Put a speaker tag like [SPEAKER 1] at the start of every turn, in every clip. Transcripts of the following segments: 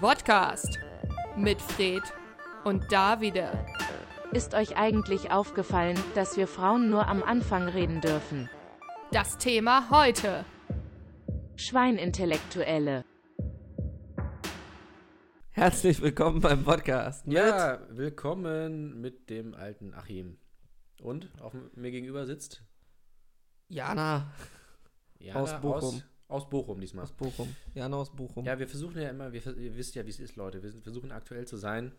[SPEAKER 1] Podcast mit Fred und Davide.
[SPEAKER 2] Ist euch eigentlich aufgefallen, dass wir Frauen nur am Anfang reden dürfen?
[SPEAKER 1] Das Thema heute.
[SPEAKER 2] Schweinintellektuelle.
[SPEAKER 3] Herzlich willkommen beim Podcast. mit-
[SPEAKER 4] Ja, willkommen mit dem alten Achim. Und auf m- mir gegenüber sitzt
[SPEAKER 3] Jana
[SPEAKER 4] Jana
[SPEAKER 3] Aus Bochum.
[SPEAKER 4] Aus, aus Bochum diesmal.
[SPEAKER 3] aus Bochum. Jana aus Bochum.
[SPEAKER 4] Ja, wir versuchen ja immer, wir, vers- ihr wisst ja, wie es ist, Leute. Wir sind- versuchen aktuell zu sein.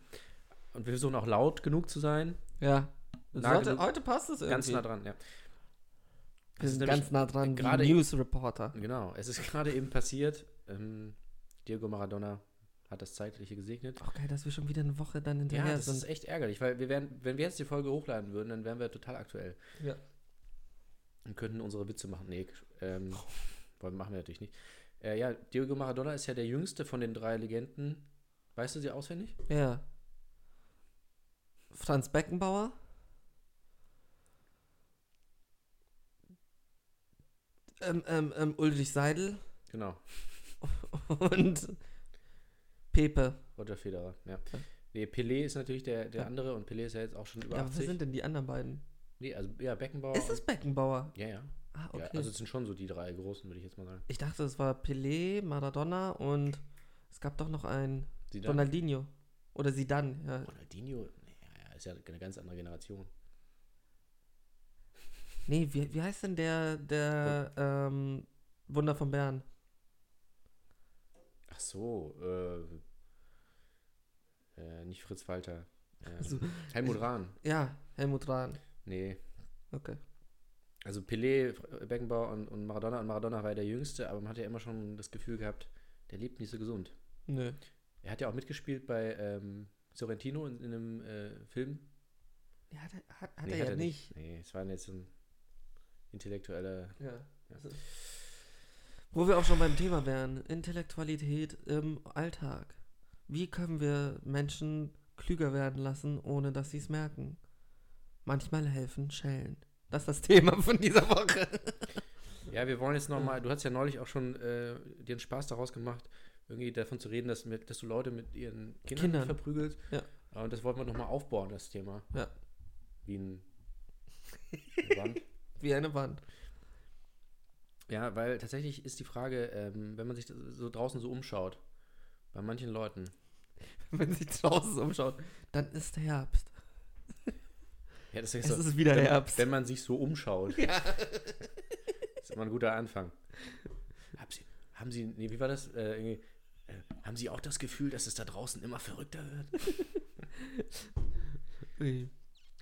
[SPEAKER 4] Und wir versuchen auch laut genug zu sein.
[SPEAKER 3] Ja. Das
[SPEAKER 4] Nah
[SPEAKER 3] Heute,
[SPEAKER 4] genug-
[SPEAKER 3] heute passt es irgendwie.
[SPEAKER 4] Ganz nah dran, ja.
[SPEAKER 3] Wir sind
[SPEAKER 4] nämlich
[SPEAKER 3] ganz nah dran,
[SPEAKER 4] gerade
[SPEAKER 3] wie News Reporter.
[SPEAKER 4] Genau, es ist gerade eben passiert. Ähm, Diego Maradona hat das Zeitliche gesegnet.
[SPEAKER 3] Auch Oh, geil, dass wir schon wieder eine Woche dann
[SPEAKER 4] Ja,
[SPEAKER 3] hinterher
[SPEAKER 4] das ist
[SPEAKER 3] sind.
[SPEAKER 4] echt ärgerlich, weil wir wären, wenn wir jetzt die Folge hochladen würden, dann wären wir total aktuell.
[SPEAKER 3] Ja.
[SPEAKER 4] Und könnten unsere Witze machen. Nee, ähm,
[SPEAKER 3] Oh.
[SPEAKER 4] wollen, machen wir natürlich nicht. Äh, ja, Diego Maradona ist ja der jüngste von den drei Legenden. Weißt du sie auswendig?
[SPEAKER 3] ja. Franz Beckenbauer. Ähm, ähm, ähm, Ulrich Seidel
[SPEAKER 4] Genau.
[SPEAKER 3] und Pepe.
[SPEAKER 4] Roger Federer, ja. Nee, Pelé ist natürlich der, der andere und Pelé ist ja jetzt auch schon über
[SPEAKER 3] Ja, aber wer
[SPEAKER 4] 80.
[SPEAKER 3] sind denn die anderen beiden?
[SPEAKER 4] nee, also ja, Beckenbauer.
[SPEAKER 3] Ist es Beckenbauer?
[SPEAKER 4] und, ja, ja.
[SPEAKER 3] Ah, okay.
[SPEAKER 4] ja. Also es sind schon so die drei großen, würde ich jetzt mal sagen.
[SPEAKER 3] Ich dachte, es war Pelé, Maradona und es gab doch noch einen
[SPEAKER 4] Sie
[SPEAKER 3] Ronaldinho. Oder Zidane, ja.
[SPEAKER 4] Ronaldinho, ja, ja, ist ja eine ganz andere Generation.
[SPEAKER 3] Nee, wie, wie heißt denn der, der ähm, Wunder von Bern?
[SPEAKER 4] Ach so, äh, äh, nicht Fritz Walter. Ähm,
[SPEAKER 3] So.
[SPEAKER 4] Helmut Rahn.
[SPEAKER 3] Ja, Helmut Rahn.
[SPEAKER 4] Nee.
[SPEAKER 3] Okay.
[SPEAKER 4] Also Pelé, Fr- Beckenbauer und, und Maradona. Und Maradona war ja der Jüngste, aber man hat ja immer schon das Gefühl gehabt, der lebt nicht so gesund.
[SPEAKER 3] Nö.
[SPEAKER 4] Er hat ja auch mitgespielt bei ähm, Sorrentino in, in einem äh, Film.
[SPEAKER 3] Ja, hat, er- hat, hat
[SPEAKER 4] Nee,
[SPEAKER 3] er ja nicht.
[SPEAKER 4] Nee, es war jetzt ein intellektueller.
[SPEAKER 3] Ja. Also. Wo wir auch schon beim Thema wären, Intellektualität im Alltag. Wie können wir Menschen klüger werden lassen, ohne dass sie es merken? Manchmal helfen Schellen. Das ist das Thema von dieser Woche.
[SPEAKER 4] Ja, wir wollen jetzt nochmal, du hast ja neulich auch schon äh, dir einen Spaß daraus gemacht, irgendwie davon zu reden, dass, mit, dass du Leute mit ihren Kindern,
[SPEAKER 3] Kindern.
[SPEAKER 4] verprügelt.
[SPEAKER 3] Ja.
[SPEAKER 4] Äh, Und das wollten wir nochmal aufbauen, das Thema.
[SPEAKER 3] Ja.
[SPEAKER 4] Wie ein eine Wand.
[SPEAKER 3] Wie eine Wand.
[SPEAKER 4] Ja, weil tatsächlich ist die Frage, ähm, wenn man sich so draußen so umschaut, bei manchen Leuten.
[SPEAKER 3] Wenn sich draußen umschaut, dann ist Herbst.
[SPEAKER 4] Ja, das
[SPEAKER 3] Es ist wieder
[SPEAKER 4] wenn,
[SPEAKER 3] Herbst.
[SPEAKER 4] Wenn man sich so umschaut. Ja. ist immer ein guter Anfang. Haben Sie, haben Sie nee, wie war das? Äh, irgendwie, äh, haben Sie auch das Gefühl, dass es da draußen immer verrückter wird?
[SPEAKER 3] Ui.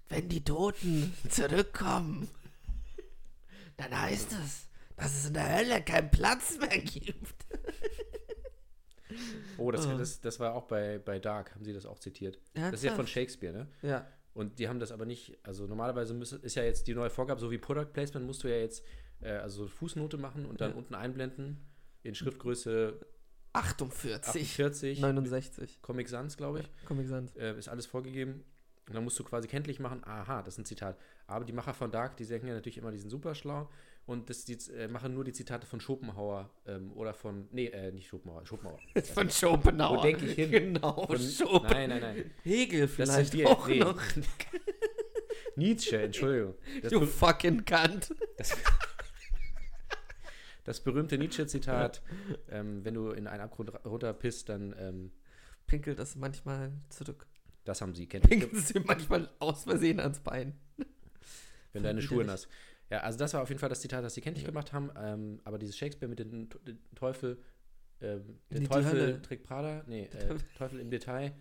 [SPEAKER 3] Wenn die Toten zurückkommen, dann heißt es, dass es in der Hölle keinen Platz mehr gibt.
[SPEAKER 4] Oh, das,
[SPEAKER 3] Oh.
[SPEAKER 4] das, das war auch bei, bei Dark, haben sie das auch zitiert. Das ist ja von Shakespeare, ne?
[SPEAKER 3] Ja,
[SPEAKER 4] Und die haben das aber nicht, also normalerweise müsste, ist ja jetzt die neue Vorgabe, so wie Product Placement musst du ja jetzt äh, also Fußnote machen und dann
[SPEAKER 3] Ja.
[SPEAKER 4] unten einblenden in Schriftgröße
[SPEAKER 3] 48,
[SPEAKER 4] 48,
[SPEAKER 3] 69.
[SPEAKER 4] Comic Sans, glaube ich,
[SPEAKER 3] Comic Sans.
[SPEAKER 4] äh, ist alles vorgegeben. Und dann musst du quasi kenntlich machen, aha, das ist ein Zitat. Aber die Macher von Dark, die denken ja natürlich immer, die sind super schlau und das, die äh, machen nur die Zitate von Schopenhauer ähm, oder von, nee, äh, nicht Schopenhauer, Schopenhauer.
[SPEAKER 3] Von Schopenhauer.
[SPEAKER 4] Wo denke ich hin?
[SPEAKER 3] Genau,
[SPEAKER 4] Von,
[SPEAKER 3] Schopenhauer.
[SPEAKER 4] nein, nein, nein.
[SPEAKER 3] Hegel
[SPEAKER 4] Das
[SPEAKER 3] vielleicht
[SPEAKER 4] sind die,
[SPEAKER 3] auch
[SPEAKER 4] nee.
[SPEAKER 3] noch.
[SPEAKER 4] Nietzsche, Entschuldigung. Das,
[SPEAKER 3] You fucking Kant.
[SPEAKER 4] das berühmte Nietzsche-Zitat, ähm, wenn du in einen Abgrund ra- runterpisst, dann, ähm,
[SPEAKER 3] Pinkelt es manchmal zurück.
[SPEAKER 4] das haben sie, kennt
[SPEAKER 3] Pinkelt es ihm manchmal aus Versehen ans Bein.
[SPEAKER 4] wenn deine
[SPEAKER 3] widerlich.
[SPEAKER 4] Schuhe nass. Ja, also das war auf jeden Fall das Zitat, das sie kenntlich gemacht haben, ähm, aber dieses Shakespeare mit dem T- den Teufel, ähm, der
[SPEAKER 3] Nee, die Hölle.
[SPEAKER 4] Teufel trägt Prada, nee, äh,
[SPEAKER 3] Teufel.
[SPEAKER 4] Teufel im Detail.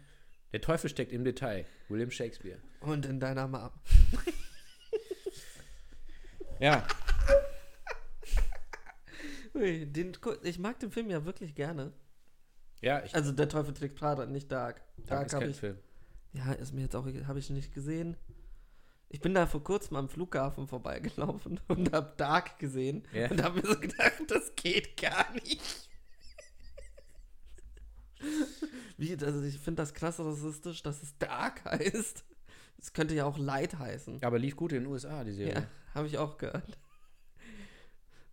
[SPEAKER 4] Der Teufel steckt im Detail, William Shakespeare.
[SPEAKER 3] Und in deiner Mom.
[SPEAKER 4] Ja,
[SPEAKER 3] Ui, Den, gu- ich mag den Film ja wirklich gerne.
[SPEAKER 4] ja, ich
[SPEAKER 3] Also der Teufel trägt Prada, nicht Dark.
[SPEAKER 4] Dark
[SPEAKER 3] Dark,
[SPEAKER 4] ist
[SPEAKER 3] habe
[SPEAKER 4] kein
[SPEAKER 3] ich.
[SPEAKER 4] Film.
[SPEAKER 3] Ja, ist mir jetzt auch habe ich nicht gesehen. Ich bin da vor kurzem am Flughafen vorbeigelaufen und habe Dark gesehen
[SPEAKER 4] Ja.
[SPEAKER 3] und habe mir so gedacht, das geht gar nicht. Wie, also ich finde das krass rassistisch, dass es Dark heißt. Es könnte ja auch Light heißen.
[SPEAKER 4] Aber lief gut in den USA, die Serie.
[SPEAKER 3] Ja, habe ich auch gehört.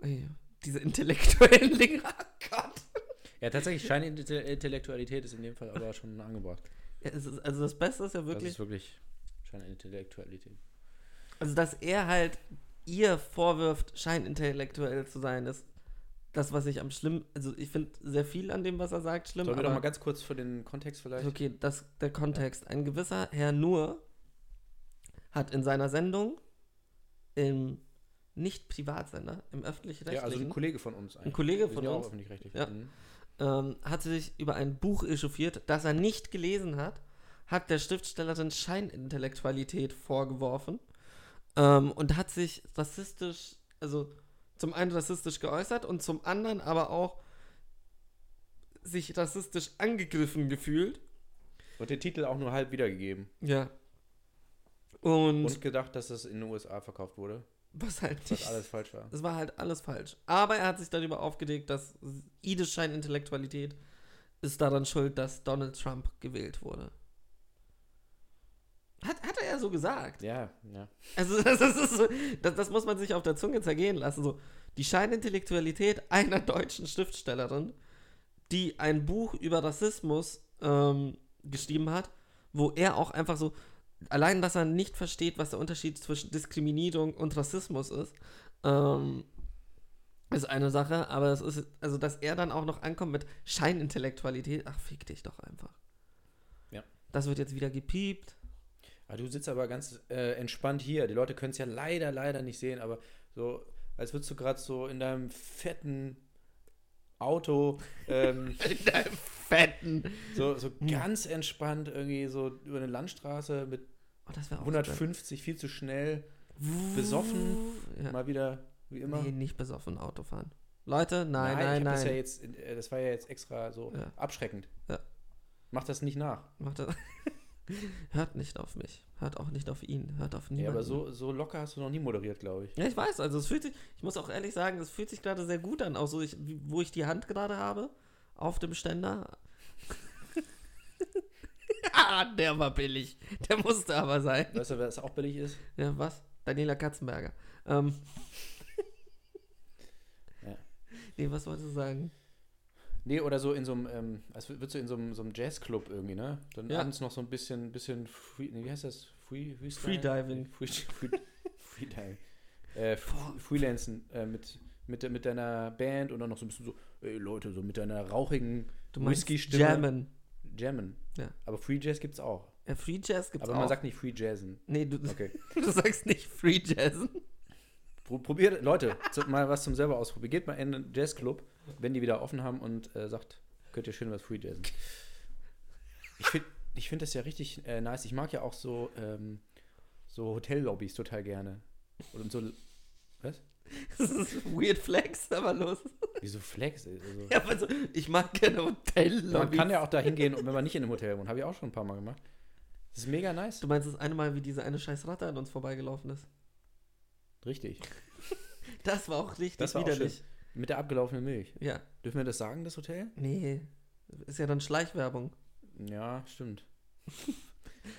[SPEAKER 3] Ui, Diese intellektuellen Dinger, oh Gott.
[SPEAKER 4] Ja, tatsächlich, Scheinintellektualität ist in dem Fall aber schon angebracht.
[SPEAKER 3] Ja, es ist, also das Beste ist ja
[SPEAKER 4] Das
[SPEAKER 3] wirklich,
[SPEAKER 4] ist wirklich Scheinintellektualität.
[SPEAKER 3] also dass er halt ihr vorwirft, scheinintellektuell zu sein, ist das, was ich am schlimm, also ich finde sehr viel an dem, was er sagt, schlimm.
[SPEAKER 4] Sollen wir
[SPEAKER 3] aber-
[SPEAKER 4] doch mal ganz kurz für den Kontext vielleicht?
[SPEAKER 3] Ist Okay, das, der Kontext. Ein gewisser Herr Nur hat in seiner Sendung im nicht Privatsender, im öffentlich-rechtlichen,
[SPEAKER 4] Ja, also ein Kollege von uns eigentlich.
[SPEAKER 3] Kollege
[SPEAKER 4] Wir
[SPEAKER 3] von
[SPEAKER 4] sind ja auch
[SPEAKER 3] uns.
[SPEAKER 4] öffentlich-rechtlich.
[SPEAKER 3] Ja.
[SPEAKER 4] Mhm.
[SPEAKER 3] ähm, hat sich über ein Buch echauffiert, das er nicht gelesen hat, hat der Schriftstellerin Scheinintellektualität vorgeworfen ähm, und hat sich rassistisch, also zum einen rassistisch geäußert und zum anderen aber auch sich rassistisch angegriffen gefühlt.
[SPEAKER 4] Und den Titel auch nur halb wiedergegeben.
[SPEAKER 3] Ja.
[SPEAKER 4] Und gedacht, dass es in den USA verkauft wurde,
[SPEAKER 3] Was halt
[SPEAKER 4] was
[SPEAKER 3] nicht.
[SPEAKER 4] alles falsch war.
[SPEAKER 3] Es war halt alles falsch. Aber er hat sich darüber aufgeregt, dass Ides Scheinintellektualität ist daran schuld, dass Donald Trump gewählt wurde. Hat, hat er ja so gesagt.
[SPEAKER 4] Ja, ja.
[SPEAKER 3] Also das, das, ist so, das, das muss man sich auf der Zunge zergehen lassen. So, die Scheinintellektualität einer deutschen Schriftstellerin, die ein Buch über Rassismus ähm, geschrieben hat, wo er auch einfach so, allein dass er nicht versteht, was der Unterschied zwischen Diskriminierung und Rassismus ist, ähm, ist eine Sache, aber es ist, also dass er dann auch noch ankommt mit Scheinintellektualität, ach fick dich doch einfach.
[SPEAKER 4] Ja.
[SPEAKER 3] Das wird jetzt wieder gepiept.
[SPEAKER 4] Ah, du sitzt aber ganz äh, entspannt hier. Die Leute können es ja leider, leider nicht sehen, aber so, als würdest du gerade so in deinem fetten Auto ähm,
[SPEAKER 3] In deinem fetten.
[SPEAKER 4] so, so ganz entspannt irgendwie so über eine Landstraße mit
[SPEAKER 3] Oh, das wäre auch so geil.
[SPEAKER 4] 150 viel zu schnell besoffen.
[SPEAKER 3] Ja.
[SPEAKER 4] Mal wieder, wie immer.
[SPEAKER 3] Nee, nicht besoffen Auto fahren. Leute, nein, nein,
[SPEAKER 4] ich hab Das, ja
[SPEAKER 3] nein.
[SPEAKER 4] jetzt, äh, das war ja jetzt extra so
[SPEAKER 3] Ja.
[SPEAKER 4] abschreckend.
[SPEAKER 3] Ja.
[SPEAKER 4] Mach das nicht nach.
[SPEAKER 3] Macht das. Hört nicht auf mich. Hört auch nicht auf ihn. Hört auf niemanden.
[SPEAKER 4] Ja, aber so, so locker hast du noch nie moderiert, glaube ich.
[SPEAKER 3] Ja, ich weiß, also es fühlt sich, ich muss auch ehrlich sagen, es fühlt sich gerade sehr gut an, auch so, ich, wie- wo ich die Hand gerade habe, auf dem Ständer. ah, der war billig. Der musste aber sein.
[SPEAKER 4] Weißt du, wer das auch billig ist?
[SPEAKER 3] Ja, was? Daniela Katzenberger. Ähm.
[SPEAKER 4] Ja.
[SPEAKER 3] Nee, was wolltest du sagen?
[SPEAKER 4] Nee, oder so in so einem, ähm, als wür- würdest du in so einem, so einem Jazzclub irgendwie, ne? Dann
[SPEAKER 3] Ja.
[SPEAKER 4] abends noch so ein bisschen, bisschen free, nee, wie heißt das? Free, Freestyle?
[SPEAKER 3] Freediving.
[SPEAKER 4] Free, free, Freediving. Äh, f- Freelancen äh, mit, mit, mit deiner Band und dann noch so ein bisschen so, ey Leute, so mit deiner rauchigen
[SPEAKER 3] Du meinst
[SPEAKER 4] Whisky-Stimme.
[SPEAKER 3] Jammen.
[SPEAKER 4] Jammen.
[SPEAKER 3] Ja.
[SPEAKER 4] Aber Free Jazz gibt's auch.
[SPEAKER 3] Ja, Äh, Free Jazz gibt's
[SPEAKER 4] Aber
[SPEAKER 3] auch.
[SPEAKER 4] man sagt nicht Free Jazzen.
[SPEAKER 3] nee, du,
[SPEAKER 4] Okay.
[SPEAKER 3] du sagst nicht Free Jazz.
[SPEAKER 4] Pro- Probiert, Leute, zu, mal was zum selber ausprobieren. Geht mal in einen Jazzclub, wenn die wieder offen haben und äh, sagt, könnt ihr schön was free jazzen. Ich finde ich find das ja richtig äh, nice. Ich mag ja auch so, ähm, so Hotellobbys total gerne. Und so, was?
[SPEAKER 3] Das ist Weird Flex, aber los.
[SPEAKER 4] Wieso Flex? ey? Also,
[SPEAKER 3] Ja, also, ich mag gerne Hotellobby.
[SPEAKER 4] man kann ja auch da hingehen, und wenn man nicht in einem Hotel wohnt. Habe ich auch schon ein paar Mal gemacht. Das ist mega nice.
[SPEAKER 3] Du meinst das eine Mal, wie diese eine scheiß Ratte an uns vorbeigelaufen ist?
[SPEAKER 4] Richtig.
[SPEAKER 3] Das war auch richtig
[SPEAKER 4] Das war auch
[SPEAKER 3] widerlich.
[SPEAKER 4] Mit der abgelaufenen Milch.
[SPEAKER 3] ja,
[SPEAKER 4] Dürfen wir das sagen, das Hotel?
[SPEAKER 3] nee. Ist ja dann Schleichwerbung.
[SPEAKER 4] Ja, stimmt.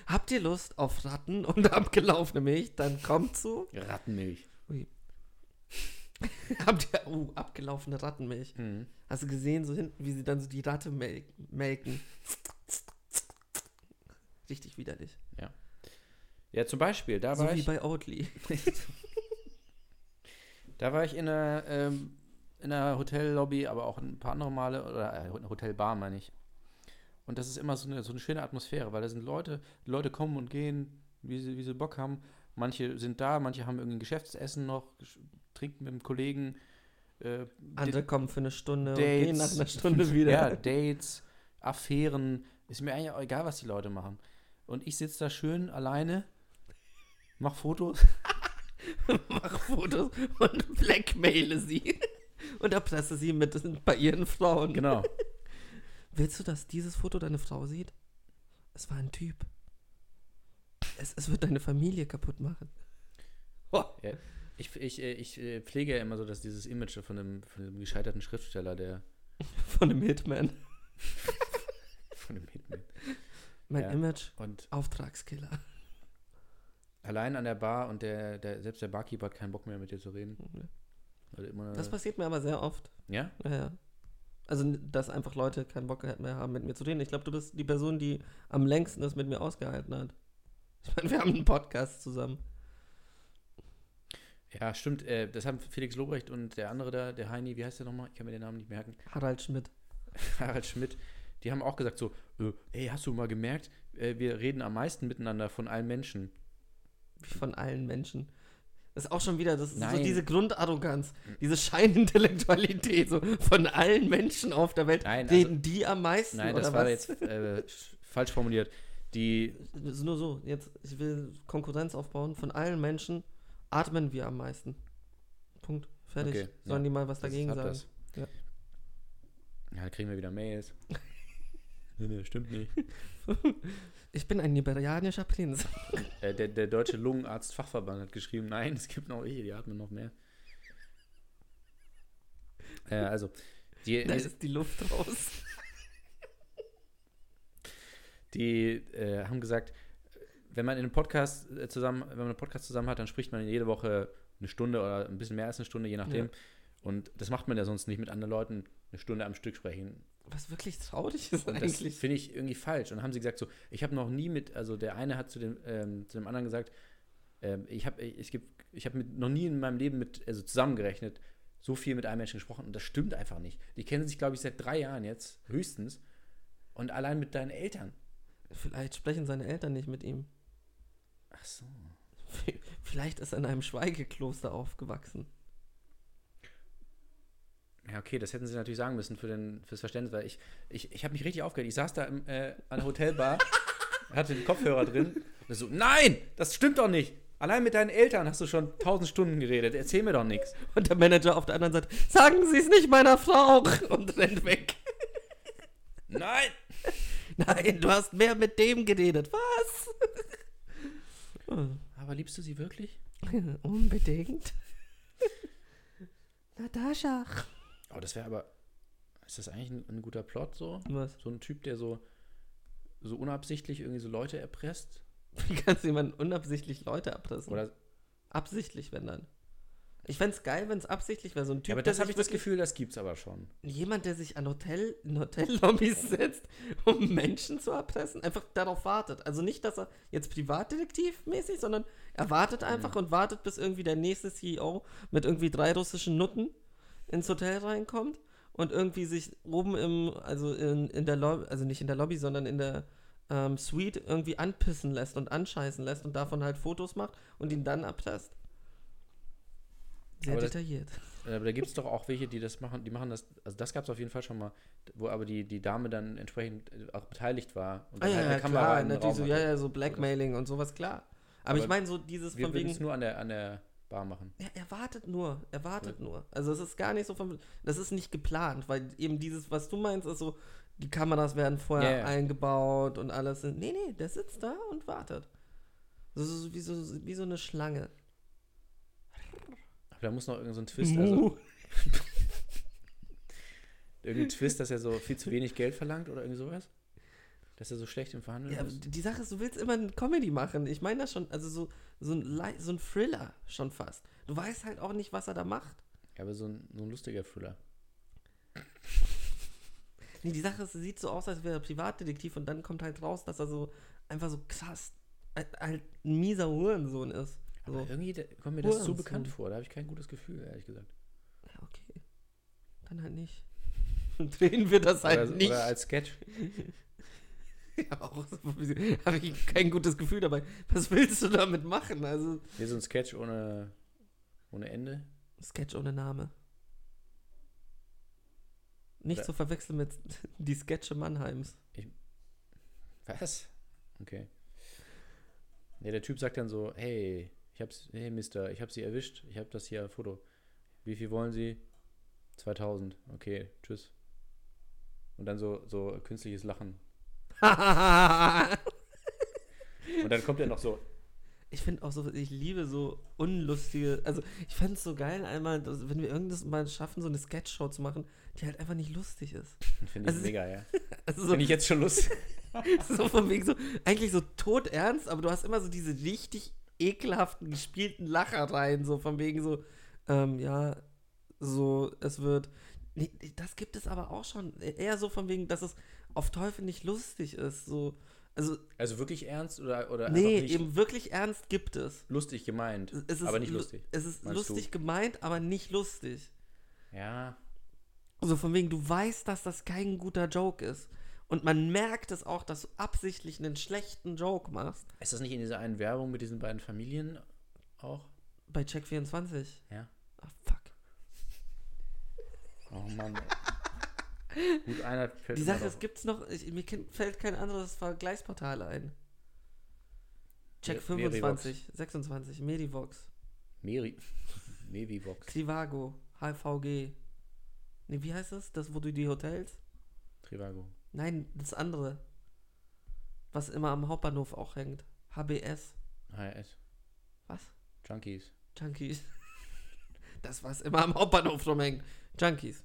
[SPEAKER 3] Habt ihr Lust auf Ratten und abgelaufene Milch? Dann kommt zu.
[SPEAKER 4] Rattenmilch.
[SPEAKER 3] Habt ihr. Uh, abgelaufene Rattenmilch.
[SPEAKER 4] Mhm.
[SPEAKER 3] Hast du gesehen, so hinten, wie sie dann so die Ratte mel melken? Richtig widerlich.
[SPEAKER 4] Ja, zum Beispiel, da
[SPEAKER 3] so
[SPEAKER 4] war
[SPEAKER 3] wie
[SPEAKER 4] ich.
[SPEAKER 3] bei Oatly.
[SPEAKER 4] Da war ich in einer, ähm, in einer Hotellobby, aber auch ein paar andere Male, oder äh, eine Hotelbar meine ich. Und das ist immer so eine, so eine schöne Atmosphäre, weil da sind Leute, die Leute kommen und gehen, wie sie, wie sie Bock haben. Manche sind da, manche haben irgendwie ein Geschäftsessen noch, gesch- trinken mit dem Kollegen. Äh,
[SPEAKER 3] Andere kommen für eine Stunde und gehen
[SPEAKER 4] Dates.
[SPEAKER 3] nach einer Stunde wieder.
[SPEAKER 4] Ja, Dates, Affären. Ist mir eigentlich auch egal, was die Leute machen. Und ich sitze da schön alleine, mach Fotos.
[SPEAKER 3] mach Fotos und blackmaile sie. Und erpresse sie mit bei ihren Frauen.
[SPEAKER 4] Genau.
[SPEAKER 3] Willst du, dass dieses Foto deine Frau sieht? Es war ein Typ. Es, es wird deine Familie kaputt machen.
[SPEAKER 4] Oh. Ich, ich, äh, ich äh, pflege ja immer so, dass dieses Image von einem, von einem gescheiterten Schriftsteller, der
[SPEAKER 3] Von einem Hitman.
[SPEAKER 4] von dem Hitman.
[SPEAKER 3] Mein
[SPEAKER 4] Ja.
[SPEAKER 3] Image,
[SPEAKER 4] Und
[SPEAKER 3] Auftragskiller.
[SPEAKER 4] allein an der Bar und der, der selbst der Barkeeper
[SPEAKER 3] Mhm.
[SPEAKER 4] hat keinen Bock mehr mit dir zu reden. Weil du Also immer,
[SPEAKER 3] Das passiert mir aber sehr oft.
[SPEAKER 4] ja?
[SPEAKER 3] Ja, ja. Also, n- dass einfach Leute keinen Bock mehr haben, mit mir zu reden. Ich glaube, du bist die Person, die am längsten das mit mir ausgehalten hat. Ich meine, wir haben einen Podcast zusammen.
[SPEAKER 4] Ja, stimmt. Äh, das haben Felix Lobrecht und der andere da, der Heini, wie heißt der nochmal? Ich kann mir den Namen nicht merken.
[SPEAKER 3] Harald Schmidt.
[SPEAKER 4] Harald Schmidt. Die haben auch gesagt so, äh, ey, hast du mal gemerkt, äh, wir reden am meisten miteinander von allen Menschen.
[SPEAKER 3] Von allen Menschen. Das ist auch schon wieder, das ist so
[SPEAKER 4] Nein.
[SPEAKER 3] diese Grundarroganz, diese Scheinintellektualität, so von allen Menschen auf der Welt
[SPEAKER 4] Nein, also-
[SPEAKER 3] reden die am meisten.
[SPEAKER 4] Nein, das
[SPEAKER 3] oder
[SPEAKER 4] war
[SPEAKER 3] was?
[SPEAKER 4] jetzt äh, sch- falsch formuliert. Die,
[SPEAKER 3] Es ist nur so, jetzt, ich will Konkurrenz aufbauen. Von allen Menschen atmen wir am meisten. Punkt. Fertig.
[SPEAKER 4] Okay,
[SPEAKER 3] Sollen
[SPEAKER 4] ja.
[SPEAKER 3] die mal was dagegen
[SPEAKER 4] hat
[SPEAKER 3] sagen?
[SPEAKER 4] das.
[SPEAKER 3] Ja.
[SPEAKER 4] Ja. dann kriegen wir wieder Mails. nee, nee, stimmt nicht.
[SPEAKER 3] Ich bin ein liberianischer Prinz.
[SPEAKER 4] Äh, der, der Deutsche Lungenarzt-Fachverband hat geschrieben, nein, es gibt noch welche, die atmen noch mehr. Äh, also, die,
[SPEAKER 3] da ist die Luft raus.
[SPEAKER 4] die äh, haben gesagt, wenn man in einem Podcast äh, zusammen, wenn man einen Podcast zusammen hat, dann spricht man jede Woche eine Stunde oder ein bisschen mehr als eine Stunde, je nachdem. Und das macht man ja sonst nicht mit anderen Leuten eine Stunde am Stück sprechen.
[SPEAKER 3] Was wirklich traurig ist
[SPEAKER 4] Und das
[SPEAKER 3] eigentlich.
[SPEAKER 4] finde ich irgendwie falsch. Und dann haben sie gesagt, so, ich habe noch nie mit, also der eine hat zu dem, ähm, zu dem anderen gesagt, ähm, ich habe ich, ich, geb- ich hab mit- noch nie in meinem Leben mit, also zusammengerechnet, so viel mit einem Menschen gesprochen. Und das stimmt einfach nicht. Die kennen sich, glaube ich, seit drei Jahren jetzt, höchstens. Und allein mit deinen Eltern.
[SPEAKER 3] Vielleicht sprechen seine Eltern nicht mit ihm.
[SPEAKER 4] Ach so.
[SPEAKER 3] Vielleicht ist er in einem Schweigekloster aufgewachsen.
[SPEAKER 4] Ja, okay, das hätten sie natürlich sagen müssen für den, fürs Verständnis, weil ich, ich, ich habe mich richtig aufgeregt. Ich saß da im, äh, an der Hotelbar, hatte den Kopfhörer drin und so, nein, das stimmt doch nicht. Allein mit deinen Eltern hast du schon tausend Stunden geredet. Erzähl mir doch nichts.
[SPEAKER 3] Und der Manager auf der anderen Seite, sagen Sie es nicht meiner Frau und rennt weg.
[SPEAKER 4] Nein!
[SPEAKER 3] Nein, du hast mehr mit dem geredet. Was?
[SPEAKER 4] Aber liebst du sie wirklich?
[SPEAKER 3] Unbedingt. Natascha.
[SPEAKER 4] Oh, das wäre aber. Ist das eigentlich ein, ein guter Plot so?
[SPEAKER 3] Was?
[SPEAKER 4] So ein Typ, der so, so unabsichtlich irgendwie so Leute erpresst?
[SPEAKER 3] Wie kannst du jemanden unabsichtlich Leute erpressen?
[SPEAKER 4] Oder,
[SPEAKER 3] absichtlich, wenn dann. Ich fänd's geil, wenn's absichtlich wäre. So ein Typ,
[SPEAKER 4] ja, aber
[SPEAKER 3] der
[SPEAKER 4] das habe
[SPEAKER 3] sich
[SPEAKER 4] ich das
[SPEAKER 3] wirklich-
[SPEAKER 4] Gefühl, das gibt's aber schon.
[SPEAKER 3] Jemand, der sich an Hotel, in Hotellobbys setzt, um Menschen zu erpressen, einfach darauf wartet. Also nicht, dass er jetzt privatdetektivmäßig, sondern er wartet einfach und wartet, bis irgendwie der nächste CEO mit irgendwie drei russischen Nutten ins Hotel reinkommt und irgendwie sich oben im, also in, in der Lobby, also nicht in der Lobby, sondern in der ähm, Suite irgendwie anpissen lässt und anscheißen lässt und davon halt Fotos macht und ihn dann erpresst. Sehr
[SPEAKER 4] Aber das-
[SPEAKER 3] detailliert.
[SPEAKER 4] Äh, Aber da gibt es doch auch welche, die das machen, die machen das, also das gab es auf jeden Fall schon mal, wo aber die, die Dame dann entsprechend äh, auch beteiligt war und
[SPEAKER 3] Ah,
[SPEAKER 4] dann
[SPEAKER 3] ja,
[SPEAKER 4] halt eine
[SPEAKER 3] ja,
[SPEAKER 4] Kamera
[SPEAKER 3] klar,
[SPEAKER 4] in den
[SPEAKER 3] natürlich so,
[SPEAKER 4] Raum
[SPEAKER 3] ja,
[SPEAKER 4] hatte.
[SPEAKER 3] ja, so Blackmailing und sowas, klar. Aber, ich
[SPEAKER 4] Aber
[SPEAKER 3] meine so dieses
[SPEAKER 4] Wir
[SPEAKER 3] von
[SPEAKER 4] würden es
[SPEAKER 3] wegen,
[SPEAKER 4] nur an der, an der Bar machen.
[SPEAKER 3] ja, er wartet nur, er wartet nur. Also es ist gar nicht so von, das ist nicht geplant, weil eben dieses, was du meinst, ist so, die Kameras werden vorher
[SPEAKER 4] Ja, ja.
[SPEAKER 3] eingebaut und alles. Nee, nee, der sitzt da und wartet. Das ist wie so, wie so eine Schlange.
[SPEAKER 4] Aber da muss noch irgendein so ein Twist, also
[SPEAKER 3] Mu.
[SPEAKER 4] irgendein Twist, dass er so viel zu wenig Geld verlangt oder irgend sowas. Dass er so schlecht im Verhandeln
[SPEAKER 3] ja, aber
[SPEAKER 4] ist.
[SPEAKER 3] die Sache ist, du willst immer eine Comedy machen. Ich meine das schon, also so, so, ein, Li- so ein Thriller schon fast. Du weißt halt auch nicht, was er da macht.
[SPEAKER 4] Ja, aber so ein, so ein lustiger Thriller.
[SPEAKER 3] Nee, die Sache ist, es sieht so aus, als wäre er Privatdetektiv und dann kommt halt raus, dass er so einfach so krass, ein, ein mieser Hurensohn ist. So,
[SPEAKER 4] Aber
[SPEAKER 3] ja,
[SPEAKER 4] irgendwie da, kommt mir das zu
[SPEAKER 3] Hurensohn.
[SPEAKER 4] bekannt vor. Da habe ich kein gutes Gefühl, ehrlich gesagt.
[SPEAKER 3] okay. Dann halt nicht. Dann drehen wir das halt
[SPEAKER 4] oder,
[SPEAKER 3] nicht.
[SPEAKER 4] oder als Sketch.
[SPEAKER 3] ja, auch so, habe ich kein gutes Gefühl dabei. Was willst du damit machen? Also,
[SPEAKER 4] Hier so ein Sketch ohne, ohne Ende.
[SPEAKER 3] Sketch ohne Name. Nicht
[SPEAKER 4] Oder-
[SPEAKER 3] zu verwechseln mit die Sketche Mannheims.
[SPEAKER 4] Was? Okay. Nee, der Typ sagt dann so, hey, ich hab's, hey Mister, ich hab sie erwischt, ich hab das hier Foto. Wie viel wollen Sie? 2000. Okay, tschüss. Und dann so, so künstliches Lachen. Und dann kommt er noch so,
[SPEAKER 3] Ich finde auch so, ich liebe so unlustige, also ich fände es so geil einmal, dass, wenn wir irgendwas mal schaffen, so eine Sketchshow zu machen, die halt einfach nicht lustig ist.
[SPEAKER 4] finde ich
[SPEAKER 3] Also-
[SPEAKER 4] mega, ja.
[SPEAKER 3] Also so,
[SPEAKER 4] Finde ich jetzt schon lustig.
[SPEAKER 3] so von wegen so, eigentlich so todernst, aber du hast immer so diese richtig ekelhaften, gespielten Lachereien, so von wegen so, ähm, ja, so, es wird Nee, das gibt es aber auch schon. E-, Eher so von wegen, dass es auf Teufel nicht lustig ist. So. Also,
[SPEAKER 4] Also wirklich ernst oder, oder
[SPEAKER 3] nee,
[SPEAKER 4] einfach nicht
[SPEAKER 3] eben wirklich ernst gibt es.
[SPEAKER 4] lustig gemeint,
[SPEAKER 3] Es ist
[SPEAKER 4] aber nicht
[SPEAKER 3] lu-
[SPEAKER 4] lustig.
[SPEAKER 3] Es ist
[SPEAKER 4] meinst du?
[SPEAKER 3] lustig gemeint, aber nicht lustig.
[SPEAKER 4] Ja,
[SPEAKER 3] Also von wegen, du weißt, dass das kein guter Joke ist. Und man merkt es auch, dass du absichtlich einen schlechten Joke machst.
[SPEAKER 4] ist das nicht in dieser einen Werbung mit diesen beiden Familien auch?
[SPEAKER 3] Bei Check24.
[SPEAKER 4] Ja.
[SPEAKER 3] Ah, fuck.
[SPEAKER 4] Oh Mann. Gut, einer fällt
[SPEAKER 3] Die
[SPEAKER 4] immer
[SPEAKER 3] Sache,
[SPEAKER 4] drauf.
[SPEAKER 3] es gibt's noch, ich, mir ken- fällt kein anderes Vergleichsportal ein. Check
[SPEAKER 4] Me- Merivox.
[SPEAKER 3] 25, 26, Medivox,
[SPEAKER 4] Meri. Mevivox.
[SPEAKER 3] Clivago, HVG. Nee, wie heißt das? Das, wo du die Hotels?
[SPEAKER 4] Trivago.
[SPEAKER 3] Nein, das andere. Was immer am Hauptbahnhof auch hängt. HBS.
[SPEAKER 4] HRS.
[SPEAKER 3] Was?
[SPEAKER 4] Junkies.
[SPEAKER 3] Junkies. Das, was immer am Hauptbahnhof rumhängt. Junkies.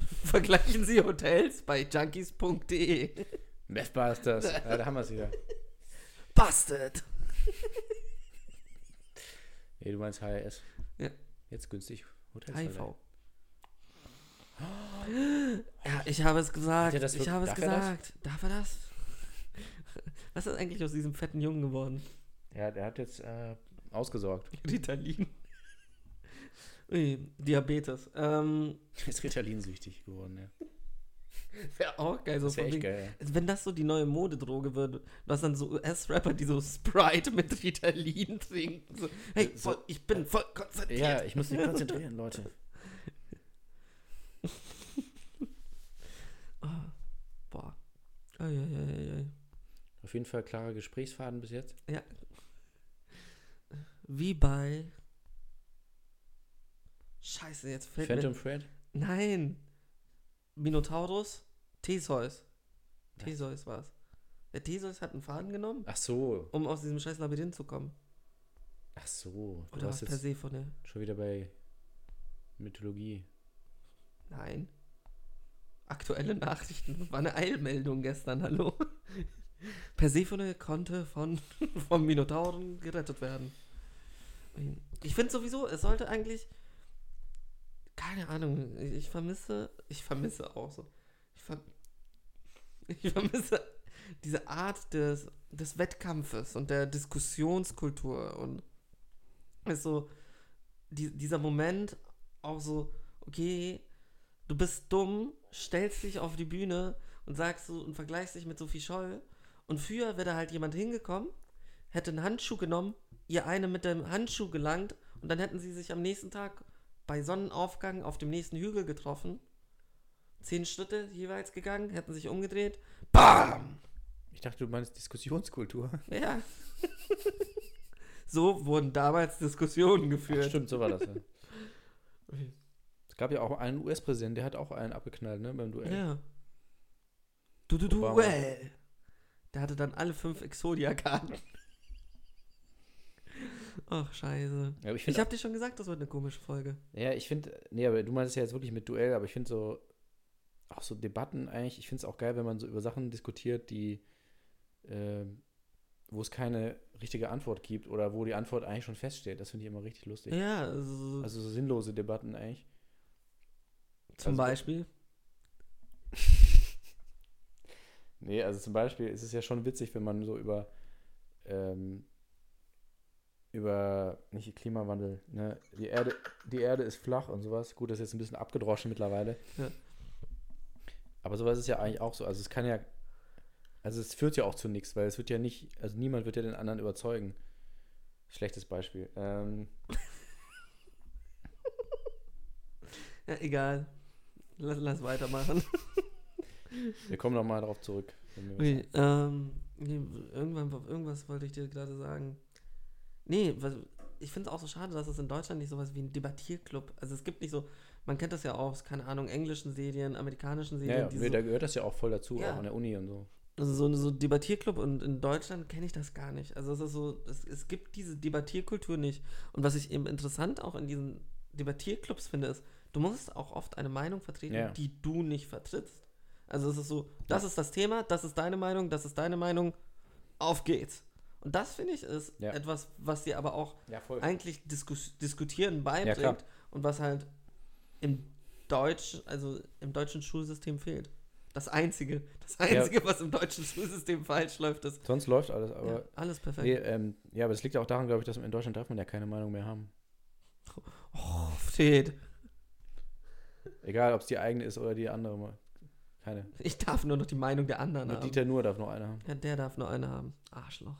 [SPEAKER 3] Vergleichen Sie Hotels bei junkies.de.
[SPEAKER 4] Methbusters. ja, da haben wir es wieder.
[SPEAKER 3] Busted.
[SPEAKER 4] Nee, du meinst HRS.
[SPEAKER 3] Ja.
[SPEAKER 4] Jetzt günstig. Hotels
[SPEAKER 3] HIV. Ja, ich habe es gesagt.
[SPEAKER 4] Hat er das
[SPEAKER 3] ich
[SPEAKER 4] wirklich-
[SPEAKER 3] habe es
[SPEAKER 4] darf er das?
[SPEAKER 3] gesagt. Darf er das? Was ist eigentlich aus diesem fetten Jungen geworden?
[SPEAKER 4] Ja, der hat jetzt äh, ausgesorgt.
[SPEAKER 3] Ritalin. Ui, Diabetes. Ähm,
[SPEAKER 4] Ist Ritalin-süchtig geworden, ja.
[SPEAKER 3] wäre auch geil. So
[SPEAKER 4] Das wäre
[SPEAKER 3] von
[SPEAKER 4] echt
[SPEAKER 3] wegen,
[SPEAKER 4] geil.
[SPEAKER 3] Wenn das so die neue Modedroge würde, du hast dann so US-Rapper, die so Sprite mit Ritalin trinken. So, hey,
[SPEAKER 4] So-
[SPEAKER 3] voll, ich bin voll konzentriert.
[SPEAKER 4] Ja, ich muss mich konzentrieren, Leute.
[SPEAKER 3] Boah. Ei, ei, ei, ei, ei.
[SPEAKER 4] Auf jeden Fall klarer Gesprächsfaden bis jetzt.
[SPEAKER 3] Wie bei. Scheiße, jetzt fällt
[SPEAKER 4] Phantom
[SPEAKER 3] mir.
[SPEAKER 4] Thread.
[SPEAKER 3] Nein! Minotaurus? Theseus. Theseus war's. Der Theseus hat einen Faden genommen,
[SPEAKER 4] Ach so.
[SPEAKER 3] um aus diesem scheiß Labyrinth zu kommen.
[SPEAKER 4] Ach so. Du
[SPEAKER 3] Oder was
[SPEAKER 4] warst jetzt
[SPEAKER 3] Persephone?
[SPEAKER 4] schon wieder bei Mythologie.
[SPEAKER 3] Nein. Aktuelle Nachrichten. War eine Eilmeldung gestern, hallo. Persephone konnte von, vom Minotauren gerettet werden. Ich finde sowieso, es sollte eigentlich. Keine Ahnung, ich- ich vermisse. Ich vermisse auch so. Ich, ver, ich vermisse diese Art des, des Wettkampfes und der Diskussionskultur und ist so die, dieser Moment auch so, okay, du bist dumm, stellst dich auf die Bühne und sagst so und vergleichst dich mit Sophie Scholl. Und früher wäre da halt jemand hingekommen, hätte einen Handschuh genommen, ihr eine mit dem Handschuh gelangt und dann hätten sie sich am nächsten Tag bei Sonnenaufgang auf dem nächsten Hügel getroffen. Zehn Schritte jeweils gegangen, hätten sich umgedreht. BAM!
[SPEAKER 4] Ich dachte, du meinst Diskussionskultur.
[SPEAKER 3] Ja. so wurden damals Diskussionen
[SPEAKER 4] Ach,
[SPEAKER 3] geführt.
[SPEAKER 4] stimmt, so war das. Ja. Es gab ja auch einen US-Präsidenten, der hat auch einen abgeknallt, ne, beim Duell.
[SPEAKER 3] Ja. Du, du, du,
[SPEAKER 4] Obama.
[SPEAKER 3] well. Der hatte dann alle fünf Exodia-Karten. Ach, scheiße.
[SPEAKER 4] Ja, aber ich
[SPEAKER 3] Ich
[SPEAKER 4] finde,
[SPEAKER 3] hab dir schon gesagt, das wird eine komische Folge.
[SPEAKER 4] ja, ich finde, nee, aber du meinst es ja jetzt wirklich mit Duell, aber ich finde so, auch so Debatten eigentlich, ich finde es auch geil, wenn man so über Sachen diskutiert, die, ähm, wo es keine richtige Antwort gibt oder wo die Antwort eigentlich schon feststeht. Das finde ich immer richtig lustig.
[SPEAKER 3] Ja, also,
[SPEAKER 4] Also so sinnlose Debatten eigentlich.
[SPEAKER 3] zum
[SPEAKER 4] also-
[SPEAKER 3] Beispiel.
[SPEAKER 4] Nee, also zum Beispiel ist es ja schon witzig, wenn man so über, ähm, über, nicht Klimawandel, ne, die Erde, die Erde ist flach und sowas. Gut, das ist jetzt ein bisschen abgedroschen mittlerweile.
[SPEAKER 3] Ja.
[SPEAKER 4] Aber sowas ist ja eigentlich auch so. Also es kann ja, also es führt ja auch zu nichts, weil es wird ja nicht, also niemand wird ja den anderen überzeugen. Schlechtes Beispiel. Ähm,
[SPEAKER 3] Ja, egal. Lass, lass weitermachen.
[SPEAKER 4] wir kommen nochmal darauf zurück. Wenn wir was
[SPEAKER 3] Okay, ähm, nee, irgendwann, irgendwas wollte ich dir gerade sagen. Nee, was, ich finde es auch so schade, dass es in Deutschland nicht sowas wie einen Debattierclub, also es gibt nicht so, man kennt das ja auch aus, keine Ahnung, englischen Serien, amerikanischen
[SPEAKER 4] ja,
[SPEAKER 3] Serien,
[SPEAKER 4] ja,
[SPEAKER 3] die
[SPEAKER 4] nee,
[SPEAKER 3] so,
[SPEAKER 4] da gehört das ja auch voll dazu,
[SPEAKER 3] Ja.
[SPEAKER 4] auch an der Uni und so.
[SPEAKER 3] also so, so ein Debattierclub und in Deutschland kenne ich das gar nicht. Also es ist so, es, es gibt diese Debattierkultur nicht. Und was ich eben interessant auch in diesen Debattierclubs finde, ist, du musst auch oft eine Meinung vertreten,
[SPEAKER 4] Ja.
[SPEAKER 3] die du nicht vertrittst. Also es ist so, das ist das Thema, das ist deine Meinung, das ist deine Meinung, auf geht's. Und das finde ich ist
[SPEAKER 4] Ja.
[SPEAKER 3] etwas, was dir aber auch
[SPEAKER 4] Ja, voll.
[SPEAKER 3] eigentlich Diskus diskutieren
[SPEAKER 4] Ja, klar.
[SPEAKER 3] beibringt und was halt im Deutsch, also im deutschen Schulsystem fehlt. Das Einzige, das Einzige, was im deutschen Schulsystem falsch läuft, ist
[SPEAKER 4] Sonst läuft alles,
[SPEAKER 3] ja,
[SPEAKER 4] aber.
[SPEAKER 3] alles
[SPEAKER 4] Ja,
[SPEAKER 3] perfekt.
[SPEAKER 4] nee, ähm, ja, aber das liegt ja auch daran, glaube ich, dass in Deutschland darf man ja keine Meinung mehr haben.
[SPEAKER 3] Oh, Fred,
[SPEAKER 4] Egal, ob es die eigene ist oder die andere. mal- Keine.
[SPEAKER 3] ich darf nur noch die Meinung der anderen
[SPEAKER 4] Nur
[SPEAKER 3] haben.
[SPEAKER 4] Dieter Nur darf noch eine haben.
[SPEAKER 3] Ja, der darf nur eine haben. Arschloch.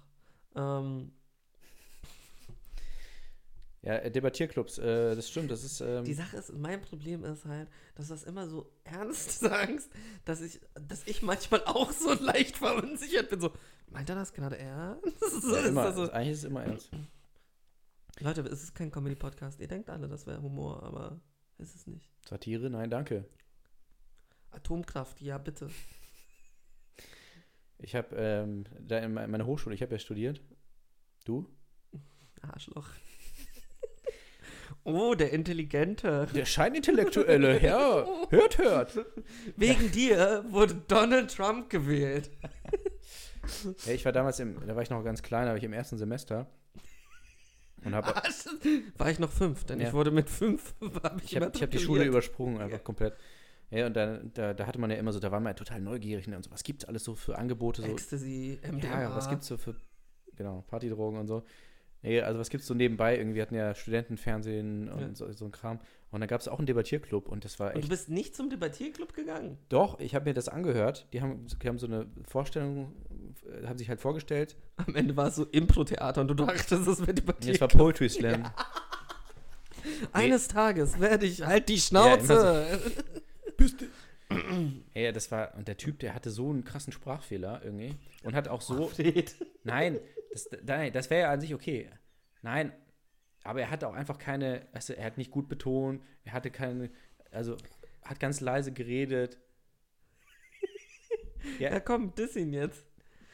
[SPEAKER 3] Ähm,
[SPEAKER 4] Ja, äh, Debattierclubs, äh, das stimmt, das ist. Ähm,
[SPEAKER 3] Die Sache ist, mein Problem ist halt, dass du das immer so ernst sagst, dass ich, dass ich manchmal auch so leicht verunsichert bin. So, meint er das gerade ernst?
[SPEAKER 4] ja,
[SPEAKER 3] Ist
[SPEAKER 4] immer,
[SPEAKER 3] das so?
[SPEAKER 4] Eigentlich ist es immer ernst.
[SPEAKER 3] Leute, es ist kein Comedy-Podcast. Ihr denkt alle, das wäre Humor, aber ist es nicht.
[SPEAKER 4] Satire, nein, danke.
[SPEAKER 3] Atomkraft, ja bitte.
[SPEAKER 4] Ich habe ähm, da in me- meiner Hochschule, ich habe ja studiert. Du?
[SPEAKER 3] Arschloch. Oh, der Intelligente.
[SPEAKER 4] Der Scheinintellektuelle, ja. Hört, hört.
[SPEAKER 3] Wegen dir wurde Donald Trump gewählt.
[SPEAKER 4] Ja, ich war damals, im, da war ich noch ganz klein, da war ich im ersten Semester. Und habe
[SPEAKER 3] Arsch, war ich noch fünf, denn
[SPEAKER 4] Ja.
[SPEAKER 3] ich wurde mit fünf. Hab
[SPEAKER 4] Ich habe hab die Schule
[SPEAKER 3] immatrikuliert.
[SPEAKER 4] übersprungen, einfach
[SPEAKER 3] Ja.
[SPEAKER 4] komplett. Ja, und dann, da, da hatte man ja immer so, da war man ja total neugierig. Ne? Und so, was gibt's alles so für Angebote? So,
[SPEAKER 3] Ecstasy, MDMA.
[SPEAKER 4] ja, was gibt's so für, genau, Partydrogen und so. Nee, also was gibt's so nebenbei? Irgendwie wir hatten ja Studentenfernsehen und
[SPEAKER 3] Ja.
[SPEAKER 4] so, so ein Kram. Und dann gab's auch einen Debattierclub und das war
[SPEAKER 3] Und du
[SPEAKER 4] echt.
[SPEAKER 3] bist nicht zum Debattierclub gegangen?
[SPEAKER 4] Doch, ich habe mir das angehört. Die haben, die haben so eine Vorstellung, äh, haben sich halt vorgestellt.
[SPEAKER 3] Am Ende war es so Impro-Theater und du dachtest, es wäre
[SPEAKER 4] Und jetzt
[SPEAKER 3] Debattierclub.
[SPEAKER 4] war Poetry Slam.
[SPEAKER 3] Eines Tages werde ich halt die
[SPEAKER 4] immer so.
[SPEAKER 3] Schnauze.
[SPEAKER 4] Ey, das war, und der Typ, der hatte so einen krassen Sprachfehler irgendwie und hat auch so,
[SPEAKER 3] Fred.
[SPEAKER 4] Nein, das, nein, das wäre ja an sich okay. Nein, aber er hatte auch einfach keine, also er hat nicht gut betont, er hatte keine, also hat ganz leise geredet.
[SPEAKER 3] Ja komm, diss ihn jetzt.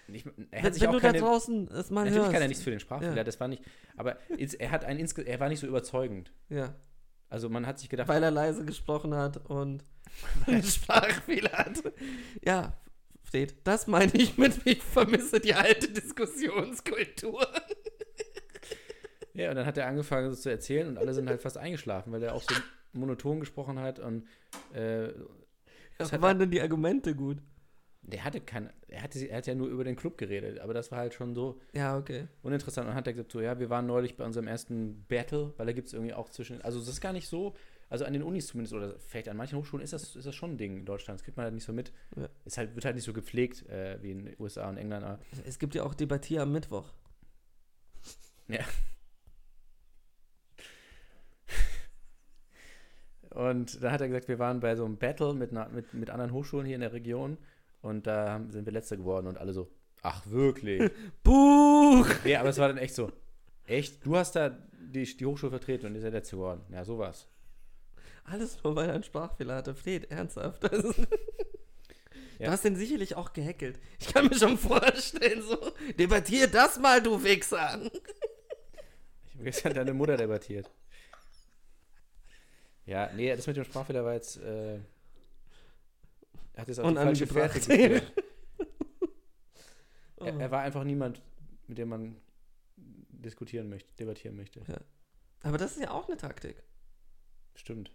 [SPEAKER 4] Ich, er hat
[SPEAKER 3] Wenn,
[SPEAKER 4] sich
[SPEAKER 3] wenn
[SPEAKER 4] auch
[SPEAKER 3] du
[SPEAKER 4] keine,
[SPEAKER 3] da draußen es mal
[SPEAKER 4] natürlich
[SPEAKER 3] hörst.
[SPEAKER 4] kann er nichts für den Sprachfehler,
[SPEAKER 3] Ja.
[SPEAKER 4] das war nicht, aber ins, er hat ein, insge- er war nicht so überzeugend.
[SPEAKER 3] ja,
[SPEAKER 4] Also man hat sich gedacht,
[SPEAKER 3] weil er leise gesprochen hat und einen Sprachfehler hatte. Ja, Fred, das meine ich mit, ich vermisse die alte Diskussionskultur.
[SPEAKER 4] ja, und dann hat er angefangen so zu erzählen und alle sind halt fast eingeschlafen, weil er auch so monoton gesprochen hat und äh, Das hat-
[SPEAKER 3] waren denn die Argumente gut?
[SPEAKER 4] der hatte kein, er hatte, er hat ja nur über den Club geredet, aber das war halt schon so,
[SPEAKER 3] Ja, okay.
[SPEAKER 4] uninteressant. Und hat er gesagt, so, ja, wir waren neulich bei unserem ersten Battle, weil da gibt es irgendwie auch zwischen, also das ist gar nicht so, also an den Unis zumindest, oder vielleicht an manchen Hochschulen ist das, ist das schon ein Ding in Deutschland, das kriegt man halt nicht so mit.
[SPEAKER 3] Ja.
[SPEAKER 4] Ist halt, wird halt nicht so gepflegt äh, wie in den USA und England. Aber,
[SPEAKER 3] Es gibt ja auch Debattier am Mittwoch.
[SPEAKER 4] und dann hat er gesagt, wir waren bei so einem Battle mit, einer, mit, mit anderen Hochschulen hier in der Region und da haben- sind wir Letzter geworden und alle so, ach wirklich?
[SPEAKER 3] Buch!
[SPEAKER 4] ja, aber es war dann echt so, echt, du hast da die, die Hochschule vertreten und ihr seid Letzter geworden. Ja, sowas.
[SPEAKER 3] Alles nur, weil er einen Sprachfehler hatte. Fred, ernsthaft. Das ist- Du
[SPEAKER 4] Ja.
[SPEAKER 3] hast den sicherlich auch gehackelt. Ich kann mir schon vorstellen, so, debattier das mal, du Wichser.
[SPEAKER 4] Ich habe gestern deine Mutter debattiert. Ja, nee, das mit dem Sprachfehler war jetzt. Äh, hat jetzt auch die falsche
[SPEAKER 3] Unangebracht.
[SPEAKER 4] Fährte geführt.
[SPEAKER 3] Oh.
[SPEAKER 4] er, er war einfach niemand, mit dem man diskutieren möchte, debattieren möchte.
[SPEAKER 3] Aber das ist ja auch eine Taktik.
[SPEAKER 4] Stimmt.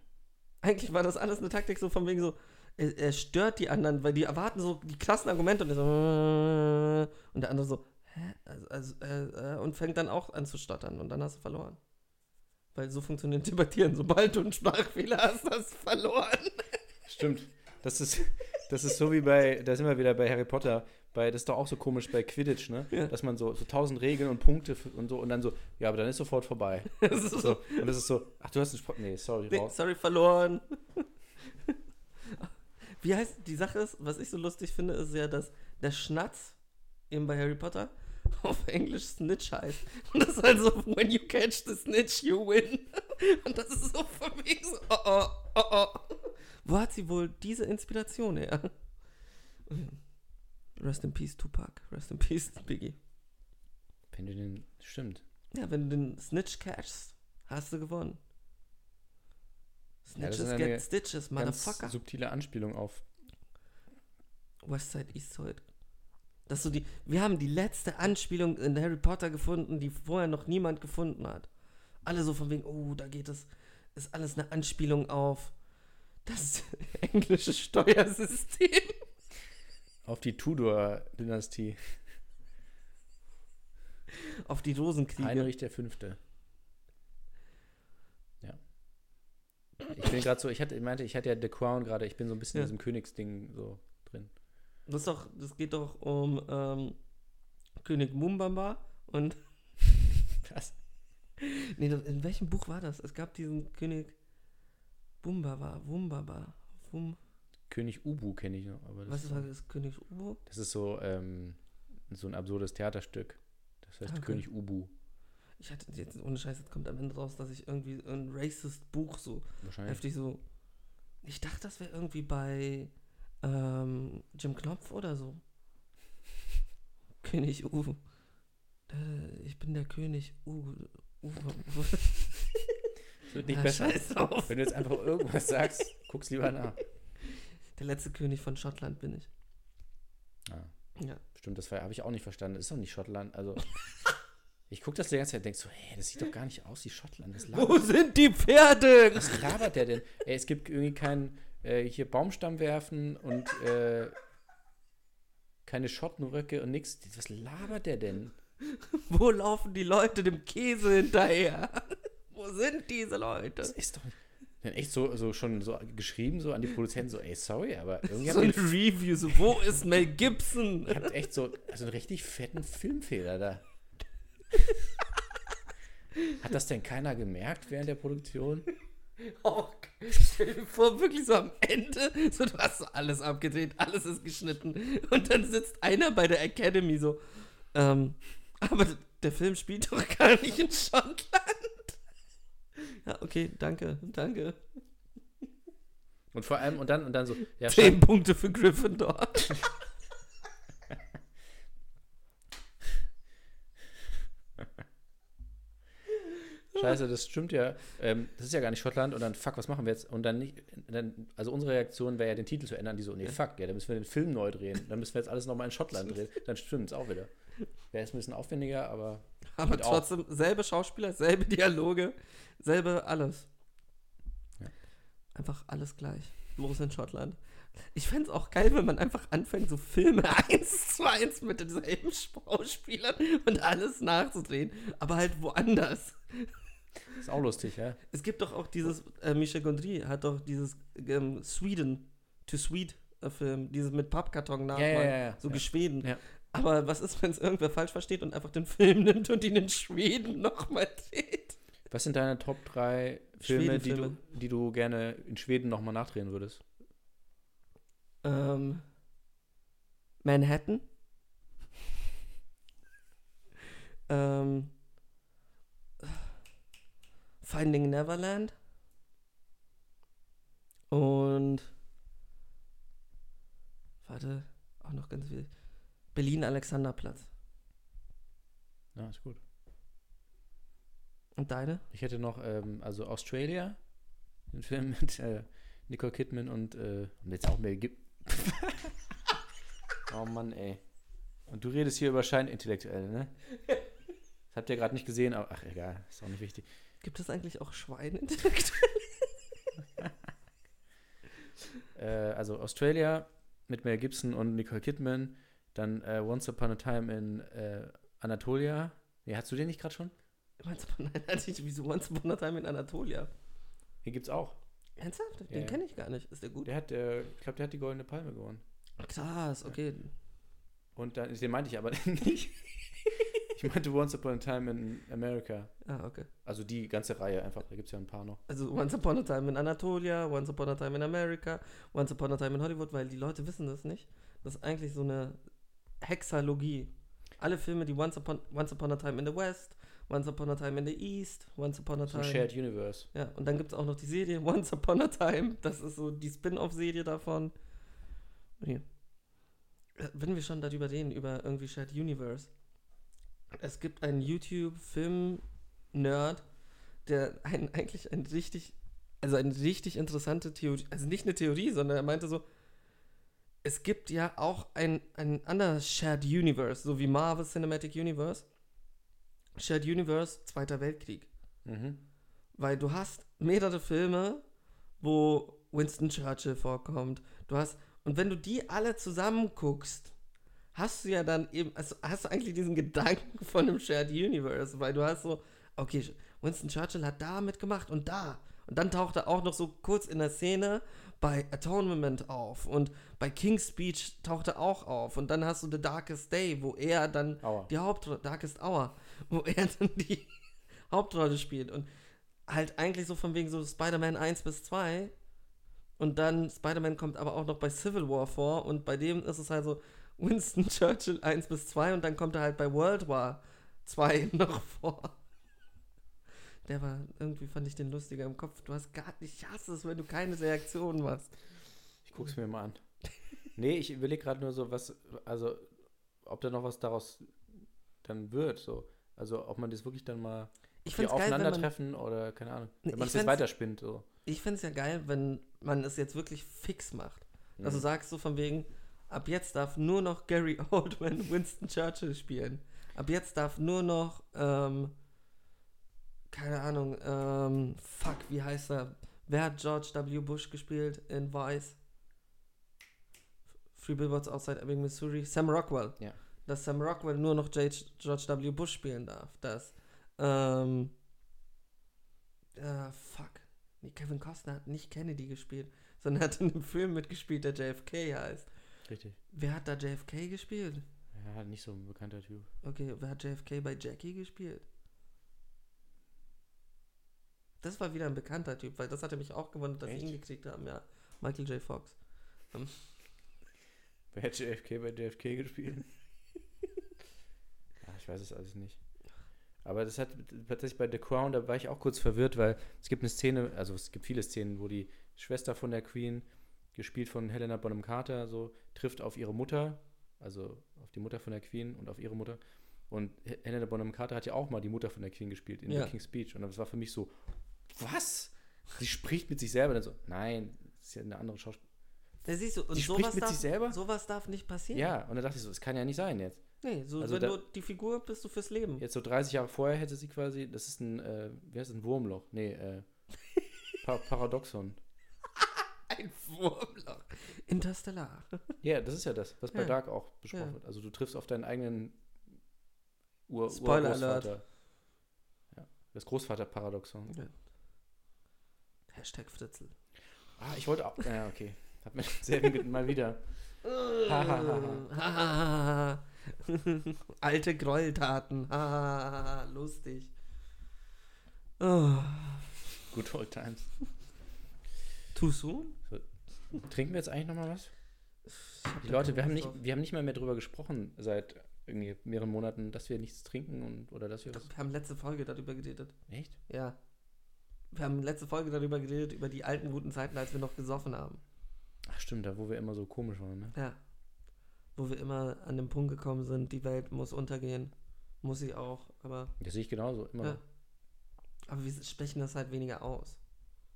[SPEAKER 3] Eigentlich war das alles eine Taktik, so von wegen so, er, er stört die anderen, weil die erwarten so die krassen Argumente und er so, und der andere so, hä? Also, also, äh, äh, und fängt dann auch an zu stottern und dann hast du verloren. Weil so funktioniert Debattieren. Sobald du einen Sprachfehler hast, hast du verloren.
[SPEAKER 4] Stimmt. Das ist, das ist so wie bei, da sind wir wieder bei Harry Potter, bei, das ist doch auch so komisch bei Quidditch, ne?
[SPEAKER 3] Ja.
[SPEAKER 4] Dass man so, so tausend Regeln und Punkte f- und so und dann so, ja, aber dann ist sofort vorbei.
[SPEAKER 3] Das ist so,
[SPEAKER 4] So, und das ist so, ach, du hast einen Sport. Nee, sorry,
[SPEAKER 3] Nee,
[SPEAKER 4] raus.
[SPEAKER 3] sorry, verloren. Wie heißt, die Sache ist, was ich so lustig finde, ist ja, dass der Schnatz eben bei Harry Potter auf Englisch Snitch heißt. Und das ist halt so, when you catch the Snitch, you win. Und das ist so von wegen so, oh oh, oh oh. Wo hat sie wohl diese Inspiration her? Rest in Peace, Tupac. Rest in Peace, Biggie.
[SPEAKER 4] Wenn du den, stimmt.
[SPEAKER 3] Ja, wenn du den Snitch catchst, hast du gewonnen.
[SPEAKER 4] Ja, das
[SPEAKER 3] Snitches
[SPEAKER 4] ist eine
[SPEAKER 3] get stitches, Motherfucker.
[SPEAKER 4] Ganz subtile Anspielung auf.
[SPEAKER 3] Westside, Eastside. Das ist so die, wir haben die letzte Anspielung in Harry Potter gefunden, die vorher noch niemand gefunden hat. Alle so von wegen, oh, da geht es, ist alles eine Anspielung auf Das englische Steuersystem.
[SPEAKER 4] Auf die Tudor-Dynastie.
[SPEAKER 3] Auf die Rosenkriege.
[SPEAKER 4] Heinrich der Fünfte. Ja. Ich bin gerade so, ich hatte, ich meinte, ich hatte ja The Crown gerade, ich bin so ein bisschen
[SPEAKER 3] Ja.
[SPEAKER 4] in diesem Königsding so drin.
[SPEAKER 3] Das, ist doch, das geht doch um ähm, König Mumbamba und.
[SPEAKER 4] Was?
[SPEAKER 3] Nee, das, in welchem Buch war das? Es gab diesen König Bumbaba, Wumbaba. Wum,
[SPEAKER 4] König Ubu kenne ich noch, aber das,
[SPEAKER 3] was war das? König Ubo?
[SPEAKER 4] das ist so, ähm, so ein absurdes Theaterstück. Das heißt
[SPEAKER 3] Okay.
[SPEAKER 4] König Ubu.
[SPEAKER 3] Ich hatte jetzt ohne Scheiß, jetzt kommt am Ende raus, dass ich irgendwie ein racist Buch so
[SPEAKER 4] Wahrscheinlich.
[SPEAKER 3] heftig so. Ich dachte, das wäre irgendwie bei ähm, Jim Knopf oder so. König U. Äh, Ich bin der König U. U.
[SPEAKER 4] Es wird nicht
[SPEAKER 3] Ah,
[SPEAKER 4] besser.
[SPEAKER 3] Scheiß auf.
[SPEAKER 4] Wenn du jetzt einfach irgendwas sagst, guck's lieber nach.
[SPEAKER 3] Der letzte König von Schottland bin ich.
[SPEAKER 4] Ah.
[SPEAKER 3] Ja.
[SPEAKER 4] Stimmt, das habe ich auch nicht verstanden. Das ist doch nicht Schottland. Also, ich gucke das die ganze Zeit und denke so, hey, das sieht doch gar nicht aus wie Schottland. Das labert,
[SPEAKER 3] Wo sind die Pferde?
[SPEAKER 4] was labert der denn? Ey, es gibt irgendwie keinen äh, hier Baumstamm werfen und äh, keine Schottenröcke und nichts. Was labert der denn?
[SPEAKER 3] Wo laufen die Leute dem Käse hinterher? Wo sind diese
[SPEAKER 4] Das
[SPEAKER 3] Leute?
[SPEAKER 4] ist doch dann echt so, so schon so geschrieben, so an die Produzenten, so, ey, sorry, aber irgendwie
[SPEAKER 3] So ein
[SPEAKER 4] habt ihr,
[SPEAKER 3] Review, so wo ist Mel Gibson?
[SPEAKER 4] ihr habt echt so also einen richtig fetten Filmfehler da. Hat das denn keiner gemerkt während der Produktion?
[SPEAKER 3] Oh, stell dir vor, wirklich so am Ende, so du hast so alles abgedreht, alles ist geschnitten und dann sitzt einer bei der Academy so, ähm, aber der Film spielt doch gar nicht in Schottland. Ja, okay, danke, danke.
[SPEAKER 4] Und vor allem, und dann, und dann so, ja,
[SPEAKER 3] Zehn Punkte für Gryffindor.
[SPEAKER 4] Scheiße, das stimmt ja. Ähm, das ist ja gar nicht Schottland und dann fuck, was machen wir jetzt? Und dann nicht, dann, also unsere Reaktion wäre ja den Titel zu ändern, die so, nee, fuck, ja, dann müssen wir den Film neu drehen. Dann müssen wir jetzt alles nochmal in Schottland drehen. Dann stimmt's auch wieder. Wäre jetzt ein bisschen aufwendiger, aber
[SPEAKER 3] Aber
[SPEAKER 4] Geht auch.
[SPEAKER 3] trotzdem, selbe Schauspieler, selbe Dialoge, selbe alles.
[SPEAKER 4] Ja.
[SPEAKER 3] Einfach alles gleich. Bloß in Schottland. Ich fände es auch geil, wenn man einfach anfängt, so Filme eins zu eins mit denselben Schauspielern und alles nachzudrehen, aber halt woanders.
[SPEAKER 4] ist auch lustig, ja.
[SPEAKER 3] Es gibt doch auch dieses, äh, Michel Gondry hat doch dieses ähm, Sweden to Swede äh, Film, dieses mit Pappkarton nachmachen,
[SPEAKER 4] Ja, ja, ja, ja.
[SPEAKER 3] so
[SPEAKER 4] Ja.
[SPEAKER 3] Geschweden.
[SPEAKER 4] Ja.
[SPEAKER 3] Aber was ist, wenn es irgendwer falsch versteht und einfach den Film nimmt und ihn in Schweden nochmal dreht?
[SPEAKER 4] Was sind deine Top 3 Filme, die du,
[SPEAKER 3] Schweden-Filme.
[SPEAKER 4] die du gerne in Schweden nochmal nachdrehen würdest?
[SPEAKER 3] Ähm, Manhattan. Ähm, Finding Neverland. Und warte, auch noch ganz viel. Berlin Alexanderplatz.
[SPEAKER 4] Ja, ist gut.
[SPEAKER 3] Und deine?
[SPEAKER 4] Ich hätte noch, ähm, also Australia, den Film mit äh, Nicole Kidman und, äh, und jetzt auch Mel Gibson. oh Mann, ey. Und du redest hier über Scheinintellektuelle, ne? Das habt ihr gerade nicht gesehen, aber ach, egal, ist auch nicht wichtig.
[SPEAKER 3] Gibt es eigentlich auch Schweine?
[SPEAKER 4] Äh, also Australia mit Mel Gibson und Nicole Kidman, dann äh, Once Upon a Time in äh, Anatolia. Nee, hast du den nicht gerade schon?
[SPEAKER 3] Once upon a Time, wieso Once upon a Time in Anatolia?
[SPEAKER 4] Hier gibt's auch.
[SPEAKER 3] Ernsthaft? Den
[SPEAKER 4] Ja, ja.
[SPEAKER 3] kenne ich gar nicht. Ist der gut?
[SPEAKER 4] Der hat, äh, ich glaube, der hat die Goldene Palme gewonnen.
[SPEAKER 3] Krass, okay.
[SPEAKER 4] Und dann, den meinte ich aber nicht. Ich meinte Once Upon a Time in America.
[SPEAKER 3] Ah, okay.
[SPEAKER 4] Also die ganze Reihe einfach, da gibt es ja ein paar noch.
[SPEAKER 3] Also Once Upon a Time in Anatolia, Once Upon a Time in America, Once Upon a Time in Hollywood, weil die Leute wissen das nicht. Das ist eigentlich so eine Hexalogie. Alle Filme, die Once Upon, Once upon a Time in the West, Once Upon a Time in the East, Once Upon a
[SPEAKER 4] So ein
[SPEAKER 3] Time.
[SPEAKER 4] Shared Universe.
[SPEAKER 3] ja, und dann gibt es auch noch die Serie Once Upon a Time. Das ist so die Spin-off-Serie davon. Okay. Äh, Wenn wir schon darüber reden, über irgendwie Shared Universe. Es gibt einen YouTube-Film-Nerd, der einen, eigentlich ein richtig, also eine richtig interessante Theorie, also nicht eine Theorie, sondern er meinte so, es gibt ja auch ein, ein anderes Shared Universe, so wie Marvel Cinematic Universe. Shared Universe, Zweiter Weltkrieg.
[SPEAKER 4] Mhm.
[SPEAKER 3] Weil du hast mehrere Filme, wo Winston Churchill vorkommt. Du hast, und wenn du die alle zusammen guckst, hast du ja dann eben, also hast du eigentlich diesen Gedanken von einem Shared Universe, weil du hast so, okay, Winston Churchill hat da mitgemacht und da. Und dann taucht er auch noch so kurz in der Szene bei Atonement auf und bei King's Speech taucht er auch auf. Und dann hast du The Darkest Day, wo er dann
[SPEAKER 4] Hour.
[SPEAKER 3] die Hauptrolle, Darkest Hour, wo er dann die Hauptrolle spielt. Und halt eigentlich so von wegen so Spider-Man 1 bis 2. Und dann Spider-Man kommt aber auch noch bei Civil War vor und bei dem ist es halt so Winston Churchill 1 bis 2 und dann kommt er halt bei World War 2 noch vor. Der war, irgendwie fand ich den lustiger im Kopf. Du hast gar nicht, ich hasse es, wenn du keine Reaktion machst.
[SPEAKER 4] Ich gucke es mir mal an. nee, ich überlege gerade nur so, was, also, ob da noch was daraus dann wird, so. Also, ob man das wirklich dann mal
[SPEAKER 3] Ich
[SPEAKER 4] hier
[SPEAKER 3] find's geil, wenn man,
[SPEAKER 4] aufeinandertreffen oder, keine Ahnung,
[SPEAKER 3] Nee,
[SPEAKER 4] wenn man
[SPEAKER 3] ich
[SPEAKER 4] es jetzt
[SPEAKER 3] find's-
[SPEAKER 4] weiterspinnt, so.
[SPEAKER 3] ich find's ja geil, wenn man es jetzt wirklich fix macht. Also sagst du von wegen, ab jetzt darf nur noch Gary Oldman Winston Churchill spielen. Ab jetzt darf nur noch, ähm, keine Ahnung, ähm, fuck, wie heißt er? Wer hat George W. Bush gespielt in Vice? Free Billboards Outside Ebbing, Missouri. Sam Rockwell.
[SPEAKER 4] Ja.
[SPEAKER 3] Dass Sam Rockwell nur noch J George W. Bush spielen darf. Dass, ähm, äh, fuck. Nee, Kevin Costner hat nicht Kennedy gespielt, sondern hat in einem Film mitgespielt, der JFK heißt.
[SPEAKER 4] Richtig.
[SPEAKER 3] Wer hat da JFK gespielt?
[SPEAKER 4] Ja, nicht so ein bekannter Typ.
[SPEAKER 3] Okay, wer hat JFK bei Jackie gespielt? Das war wieder ein bekannter Typ, weil das hatte mich auch gewundert, dass sie ihn gekriegt haben, ja. Michael J. Fox.
[SPEAKER 4] Wer hat JFK bei JFK gespielt? Ach, ich weiß es alles nicht. Aber das hat tatsächlich bei The Crown, da war ich auch kurz verwirrt, weil es gibt eine Szene, also es gibt viele Szenen, wo die Schwester von der Queen, gespielt von Helena Bonham Carter, so trifft auf ihre Mutter, also auf die Mutter von der Queen und auf ihre Mutter. Und He- Helena Bonham Carter hat ja auch mal die Mutter von der Queen gespielt in
[SPEAKER 3] Ja.
[SPEAKER 4] The King's Speech. Und das war für mich so, was? Sie spricht mit sich selber. Dann so, nein, das ist ja eine andere Schauspielerin.
[SPEAKER 3] Da siehst du, und
[SPEAKER 4] Die spricht
[SPEAKER 3] sowas
[SPEAKER 4] mit
[SPEAKER 3] darf,
[SPEAKER 4] sich selber?
[SPEAKER 3] sowas darf nicht passieren.
[SPEAKER 4] Ja, und dann dachte ich so, das kann ja nicht sein jetzt.
[SPEAKER 3] Nee, so
[SPEAKER 4] Also
[SPEAKER 3] wenn
[SPEAKER 4] da-
[SPEAKER 3] du die Figur bist du fürs Leben.
[SPEAKER 4] Jetzt so 30 Jahre vorher hätte sie quasi, das ist ein, äh, wie heißt das, ein Wurmloch? Nee, äh, pa Paradoxon.
[SPEAKER 3] Ein Wurmloch. Interstellar.
[SPEAKER 4] Ja, das ist ja das, was bei
[SPEAKER 3] Ja.
[SPEAKER 4] Dark auch besprochen
[SPEAKER 3] Ja.
[SPEAKER 4] wird. Also du triffst auf deinen eigenen Ur
[SPEAKER 3] Spoiler
[SPEAKER 4] Urgroßvater. Ja, das Großvater-Paradoxon.
[SPEAKER 3] Hashtag Fritzel.
[SPEAKER 4] Ah, ich wollte auch, naja, okay. Hat mir selben ge- mal wieder.
[SPEAKER 3] Hahaha. Alte Gräueltaten. Hahaha. Lustig. Oh.
[SPEAKER 4] Good old times.
[SPEAKER 3] Too soon?
[SPEAKER 4] Trinken wir jetzt eigentlich nochmal was?
[SPEAKER 3] hab
[SPEAKER 4] Die
[SPEAKER 3] da
[SPEAKER 4] Leute,
[SPEAKER 3] keinen
[SPEAKER 4] wir haben,
[SPEAKER 3] Bock
[SPEAKER 4] nicht,
[SPEAKER 3] drauf.
[SPEAKER 4] wir haben nicht mal mehr drüber gesprochen seit irgendwie mehreren Monaten, dass wir nichts trinken und oder dass wir was.
[SPEAKER 3] Wir haben letzte Folge darüber geredet.
[SPEAKER 4] Echt?
[SPEAKER 3] Ja. Wir haben letzte Folge darüber geredet, über die alten guten Zeiten, als wir noch gesoffen haben.
[SPEAKER 4] Ach stimmt, da wo wir immer so komisch waren, ne?
[SPEAKER 3] Ja. Wo wir immer an den Punkt gekommen sind, die Welt muss untergehen. Muss sie auch, aber.
[SPEAKER 4] Das sehe ich genauso, immer.
[SPEAKER 3] Ja. Aber wir sprechen das halt weniger aus.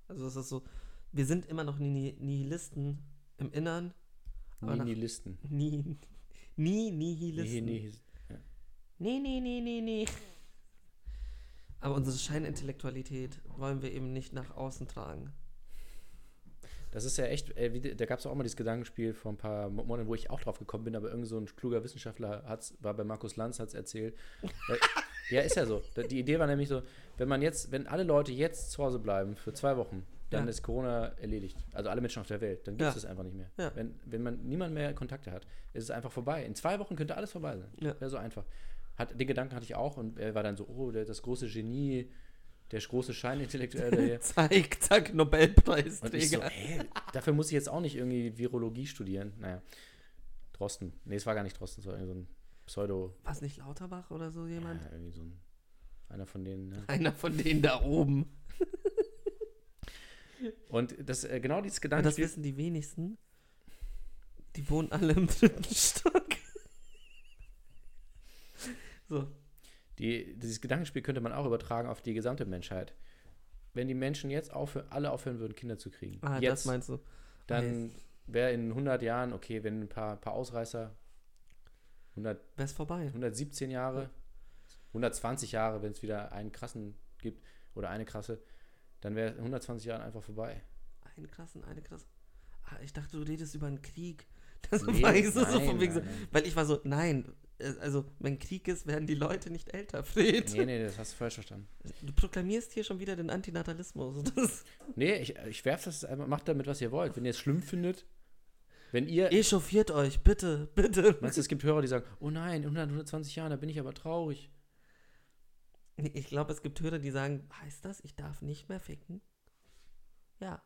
[SPEAKER 3] Also es ist so, wir sind immer noch Ni- Nihilisten im Innern. Aber
[SPEAKER 4] Nie,
[SPEAKER 3] nach-
[SPEAKER 4] nie Listen.
[SPEAKER 3] Nie, nie Nihilisten.
[SPEAKER 4] Nie,
[SPEAKER 3] Nee, nee,
[SPEAKER 4] nie.
[SPEAKER 3] nee, nee, nee, nee. Aber unsere Scheinintellektualität wollen wir eben nicht nach außen tragen.
[SPEAKER 4] Das ist ja echt, äh, wie, da gab es auch mal dieses Gedankenspiel vor ein paar Mo- Monaten, wo ich auch drauf gekommen bin, aber irgend so ein kluger Wissenschaftler hat's, war bei Markus Lanz, hat es erzählt. Äh, ja, ist ja so. Da- Die Idee war nämlich so, wenn man jetzt, wenn alle Leute jetzt zu Hause bleiben für zwei Wochen, dann
[SPEAKER 3] Ja.
[SPEAKER 4] ist Corona erledigt. Also alle Menschen auf der Welt, dann gibt es
[SPEAKER 3] Ja.
[SPEAKER 4] das einfach nicht mehr.
[SPEAKER 3] Ja.
[SPEAKER 4] Wenn, wenn man niemand mehr Kontakte hat, ist es einfach vorbei. In zwei Wochen könnte alles vorbei sein.
[SPEAKER 3] Ja.
[SPEAKER 4] Wäre so einfach. Hat, den Gedanken hatte ich auch und er war dann so, oh, der, das große Genie, der große Scheinintellektuelle hier.
[SPEAKER 3] Zack, zack,
[SPEAKER 4] Und ich so,
[SPEAKER 3] Nobelpreisträger.
[SPEAKER 4] hä, dafür muss ich jetzt auch nicht irgendwie Virologie studieren. Naja, Drosten. Nee, es war gar nicht Drosten, es war irgendwie so ein Pseudo,
[SPEAKER 3] War es nicht Lauterbach oder so jemand?
[SPEAKER 4] ja, irgendwie so ein, einer von denen. Ne?
[SPEAKER 3] Einer von denen da oben.
[SPEAKER 4] Und das, äh, genau
[SPEAKER 3] Und
[SPEAKER 4] dieses
[SPEAKER 3] das
[SPEAKER 4] Gedankenspiel,
[SPEAKER 3] wissen die wenigsten. Die wohnen alle im dritten Stock. So,
[SPEAKER 4] die, dieses Gedankenspiel könnte man auch übertragen auf die gesamte Menschheit. Wenn die Menschen jetzt aufhören, alle aufhören würden, Kinder zu kriegen,
[SPEAKER 3] ah, das
[SPEAKER 4] jetzt,
[SPEAKER 3] meinst du.
[SPEAKER 4] dann wäre in 100 Jahren, okay, wenn ein paar, paar Ausreißer, 100,
[SPEAKER 3] Wär's vorbei.
[SPEAKER 4] 117 Jahre, 120 Jahre, wenn es wieder einen krassen gibt oder eine krasse, dann wäre 120 Jahre einfach vorbei.
[SPEAKER 3] einen krassen, eine krasse. Ah, ich dachte, du redest über einen Krieg. Das war ich so, so von
[SPEAKER 4] nein,
[SPEAKER 3] wegen so.
[SPEAKER 4] nein, nein.
[SPEAKER 3] Weil ich war so, nein, äh, also wenn Krieg ist, werden die Leute nicht älter, Fred.
[SPEAKER 4] Nee, nee, das hast du falsch verstanden.
[SPEAKER 3] Du proklamierst hier schon wieder den Antinatalismus. Das
[SPEAKER 4] Nee, ich, ich werf das einfach, macht damit, was ihr wollt. Wenn ihr es schlimm findet, wenn ihr.
[SPEAKER 3] Echauffiert euch, bitte, bitte.
[SPEAKER 4] Äh. Meinst du, es gibt Hörer, die sagen, oh nein, in 100, 120 Jahren, da bin ich aber traurig.
[SPEAKER 3] Nee, ich glaube, es gibt Hörer, die sagen, heißt das, ich darf nicht mehr ficken? Ja,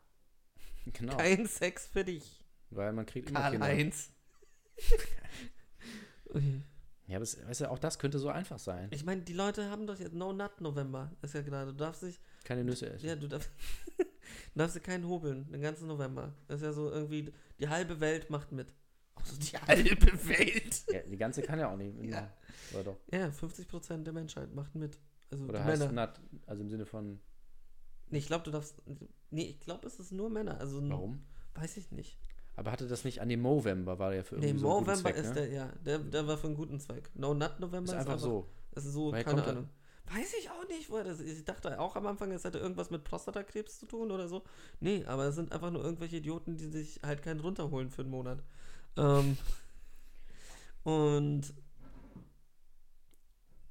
[SPEAKER 4] Genau.
[SPEAKER 3] kein Sex für dich,
[SPEAKER 4] Weil man kriegt immer Kinder.
[SPEAKER 3] Karl-Heinz. Ui.
[SPEAKER 4] Ja, aber es, weißt du, auch das könnte so einfach sein.
[SPEAKER 3] Ich meine, die Leute haben doch jetzt No Nut November. Ist ja gerade. Du darfst nicht.
[SPEAKER 4] Keine Nüsse essen.
[SPEAKER 3] Ja, du darfst. du darfst dir keinen hobeln, den ganzen November. Ist ja so irgendwie. Die halbe Welt macht mit. Auch so die halbe Welt.
[SPEAKER 4] Ja, die ganze kann ja auch nicht.
[SPEAKER 3] Ja.
[SPEAKER 4] Oder doch.
[SPEAKER 3] Ja, 50% der Menschheit macht mit. Also
[SPEAKER 4] Oder
[SPEAKER 3] die
[SPEAKER 4] heißt
[SPEAKER 3] Männer.
[SPEAKER 4] Nut, also im Sinne von,
[SPEAKER 3] Nee, ich glaube, du darfst. Nee, ich glaube, es ist nur Männer. Also, n-
[SPEAKER 4] warum?
[SPEAKER 3] Weiß ich nicht.
[SPEAKER 4] Aber hatte das nicht an dem Movember, war der für irgendwie
[SPEAKER 3] nee,
[SPEAKER 4] so einen guten
[SPEAKER 3] November
[SPEAKER 4] Zweck,
[SPEAKER 3] ist
[SPEAKER 4] ne?
[SPEAKER 3] der, ja. Der, der war für einen guten Zweck. No Nut November
[SPEAKER 4] Ist einfach so.
[SPEAKER 3] Das ist so,
[SPEAKER 4] Woher
[SPEAKER 3] keine
[SPEAKER 4] kommt er?
[SPEAKER 3] Ahnung. Weiß ich auch nicht, woher das ist. Ich dachte auch am Anfang, es hätte irgendwas mit Prostatakrebs zu tun oder so. Nee, aber es sind einfach nur irgendwelche Idioten, die sich halt keinen runterholen für einen Monat. Ähm, und